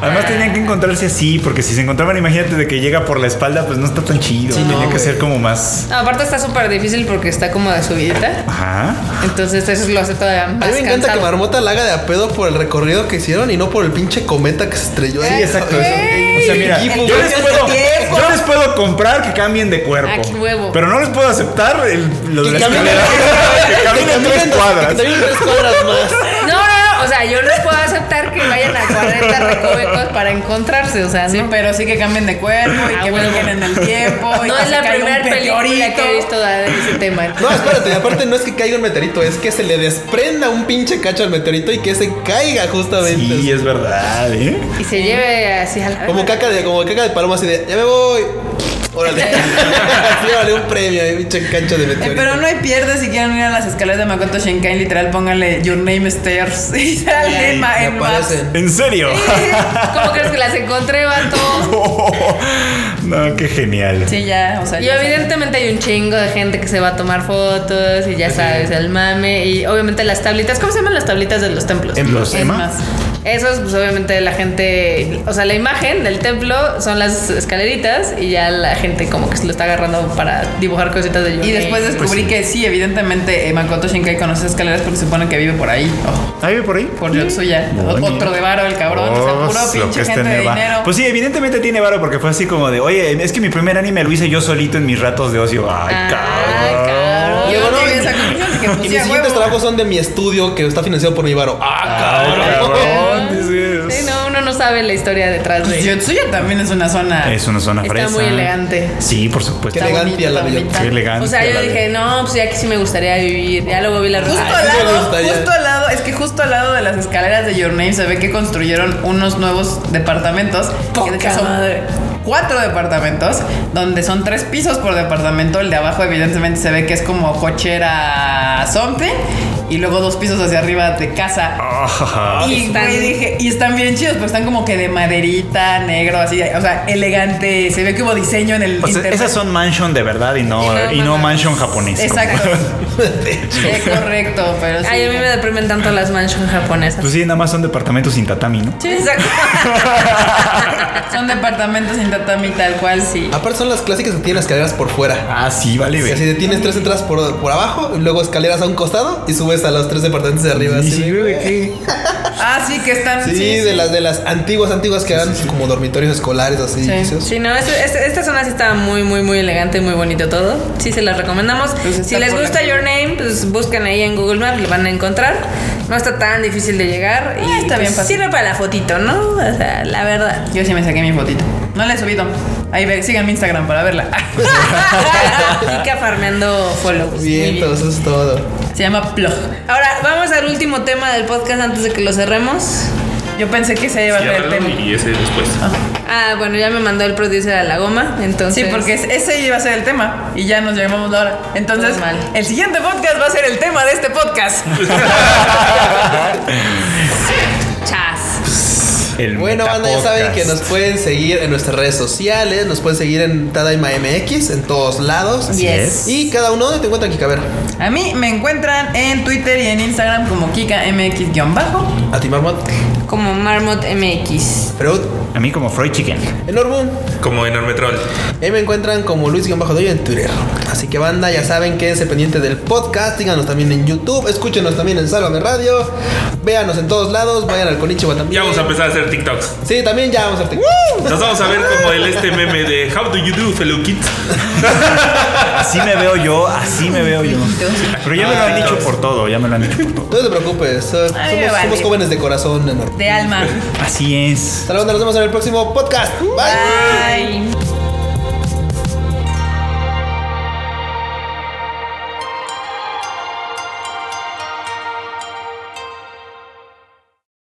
S4: Además tenían que encontrarse así, porque si se encontraban, imagínate de que llega por la espalda, pues no está tan chido. Tenía que ser como más.
S3: no, aparte está súper difícil porque está como de subidita.
S4: Ajá.
S3: Entonces eso lo hace todavía
S2: A
S3: más
S2: mí me encanta que
S3: cansado.
S2: Marmota la haga de a pedo por el recorrido que hicieron y no por el pinche cometa que se estrelló ahí.
S4: Sí, exacto.
S2: Eso-
S4: O sea, mira,
S2: Equipo,
S4: yo
S2: güey.
S4: les puedo, yo les puedo comprar que cambien de
S3: Ah,
S4: cuerpo.
S3: qué huevo.
S4: Pero no les puedo aceptar el, lo de la
S2: Que caminen-
S4: escalera. que cambien tres cuadras.
S2: Que caminen tres cuadras más.
S3: No, no, no, o sea, yo les puedo aceptar que vayan a 40 recovecos para encontrarse, o sea,
S1: Sí,
S3: no.
S1: pero sí que cambien de cuerpo y
S3: Ah,
S1: que
S3: bueno.
S1: vuelquen en el tiempo. y
S3: No
S1: que
S3: es
S1: se
S3: la
S1: caiga un
S3: primera película que
S1: meteorito.
S3: he visto de ese tema.
S2: No, espérate, aparte no es que caiga un meteorito, es que se le desprenda un pinche cacho al meteorito y que se caiga justamente.
S4: Sí, es verdad, ¿eh?
S3: Y se lleve así a la
S2: Como caca de, como caca de paloma así de, ya me voy. Órale. Sí, vale un premio, eh, pinche cancha de
S1: Eh,
S2: meteorito.
S1: pero no hay pierde si quieren ir a las escaleras de Makoto Shinkai, literal, pónganle Your Name Stairs y sale en, ma-
S2: Me
S1: en maps.
S2: aparecen.
S4: ¿En serio?
S3: ¿Cómo crees que las encontré, vato?
S4: no, qué genial.
S1: Sí, ya, o sea,
S3: Y
S1: ya saben.
S3: evidentemente hay un chingo de gente que se va a tomar fotos y ya sabes, el mame. Y obviamente las tablitas, ¿cómo se llaman las tablitas de los templos?
S4: ¿En los
S1: Es más.
S4: demás?
S3: Esos, pues obviamente la gente, o sea, la imagen del templo son las escaleritas y ya la gente como que se lo está agarrando para dibujar cositas de
S1: Y después
S4: Pues,
S1: descubrí que sí, evidentemente eh, Makoto Shinkai conoce escaleras porque supone que vive por ahí. Oh,
S4: ¿Ahí ve por ahí?
S1: por Yotsuya. O-
S4: Oye.
S1: Otro de varo, el cabrón. o sea,
S4: Dios,
S1: puro
S4: Oh, lo
S1: pinche
S4: que es
S1: gente de
S4: tener va-
S1: dinero.
S4: Pues sí, evidentemente tiene varo porque fue así como de, oye, es que mi primer anime lo hice yo solito en mis ratos de ocio. Ay,
S3: Ah,
S4: cabrón.
S3: cabrón.
S1: yo
S2: Bueno,
S1: llegué a esa conclusión, dije,
S2: Y
S1: pues, sí,
S2: mis
S1: a
S2: siguientes
S1: huevo.
S2: trabajos son de mi estudio que está financiado por mi varo. Ah,
S4: Ay, cabrón, oh, dices.
S3: Sí, no, uno no sabe la historia detrás de
S1: Pues Yotsuya también es una zona.
S4: Es una zona fresa.
S3: Está muy elegante.
S4: Sí, por supuesto.
S2: Qué elegante
S1: bonita,
S2: la
S1: está
S2: bellota.
S1: bonita.
S4: Qué elegante.
S3: O sea, yo
S4: la
S3: dije,
S4: verdad.
S3: no, pues ya aquí sí me gustaría vivir. Ya luego vi la
S1: Justo
S3: ruta.
S2: Ay,
S1: al
S2: sí me
S1: lado,
S2: gustaría.
S1: justo al lado, es que justo al lado de las escaleras de Your Name se ve que construyeron unos nuevos departamentos. que de hecho
S3: Poca
S1: son
S3: madre.
S1: Cuatro departamentos, donde son tres pisos por departamento. El de abajo, evidentemente, se ve que es como cochera something. Y luego dos pisos hacia arriba de casa.
S4: Ah,
S1: Y
S3: Están-
S1: güey, dije, y están bien chidos, pero están como que de maderita, negro, así, o sea, elegante. Se ve que hubo diseño en el
S4: o sea,
S1: interior.
S4: Pues, esas son mansion de verdad y no,
S3: Y
S4: y
S3: no
S4: no,
S3: mamas.
S4: mansion japonés.
S1: Exacto. Sí, correcto, pero sí.
S3: Ay, a mí me deprimen tanto las mansion japonesas.
S4: Pues sí, nada más son departamentos sin tatami, ¿no?
S3: Exacto.
S1: Son departamentos sin tatami tal cual, sí.
S2: Aparte son las clásicas que tienen las escaleras por fuera.
S4: Ah, sí, vale,
S2: Y
S4: ve.
S2: así de tienes tres entradas por, por abajo, y luego escaleras a un costado y subes a los tres departamentos de arriba.
S4: Sí,
S2: así
S4: sí,
S2: de-
S4: ve, ¿qué?
S1: Ah, sí, que están.
S2: Sí, de las de las antiguas, antiguas que eran como dormitorios escolares, así. edificios.
S3: Sí, no, este- este- esta zona sí está muy, muy, muy elegante, muy bonito todo. Sí, se las recomendamos.
S1: Pues está
S3: si les
S1: por
S3: gusta
S1: aquí.
S3: Your Name, pues busquen ahí en Google Maps, lo van a encontrar. No está tan difícil de llegar.
S1: Ah, está
S3: pues,
S1: bien fácil.
S3: Sirve para la fotito, ¿no? O sea, la verdad.
S1: Yo sí me saqué mi fotito. No la he subido. Ahí ve, sigan mi Instagram para verla.
S3: Chica farmeando
S2: Bien,
S3: follows. Muy bien.
S2: entonces es todo.
S1: Se llama Plug.
S3: Ahora, vamos al último tema del podcast antes de que lo cerremos.
S1: Yo pensé que se iba a ver el
S5: Ciérralo
S1: tema.
S5: y ese después.
S3: Ah, bueno, ya me mandó el producer a la goma, entonces.
S1: Sí, porque es- ese iba a ser el tema y ya nos llevamos la hora. Entonces,
S3: Todo mal.
S1: el siguiente podcast va a ser el tema de este podcast.
S3: Chas.
S4: El
S2: Bueno, banda, ya saben
S4: metapodcast.
S2: que nos pueden seguir en nuestras redes sociales, nos pueden seguir en Tadaima MX, en todos lados.
S3: Así Yes. es.
S2: Y cada uno ¿dónde te encuentra aquí, caber.
S1: A mí me encuentran en Twitter y en Instagram como KikaMX-bajo.
S2: A ti, Marmot.
S3: Como Marmot MX.
S2: Freud.
S4: A mí como Freud Chicken.
S2: Enorboom.
S5: Como enorme troll.
S2: Ahí me encuentran como Luis-Doyo en Twitter. Así que, banda, ya saben, quédense pendiente del podcast. Síganos también en YouTube. Escúchenos también en Sálvame Radio. Véanos en todos lados. Vayan al Conichiwa también.
S5: Ya vamos a empezar a hacer TikToks.
S2: Sí, también ya vamos a hacer.
S5: Nos vamos a ver como el este meme de How do you do, fellow kids?
S4: Así me veo yo, así me veo yo. Pero ya me lo han dicho por todo, ya me lo han dicho por todo.
S2: No te preocupes. so- Somos,
S1: Ay, me vale.
S2: somos jóvenes de corazón, Enorboom.
S1: De alma.
S4: Así es.
S2: Hasta la banda, nos vemos en el próximo podcast. Bye.
S1: Bye.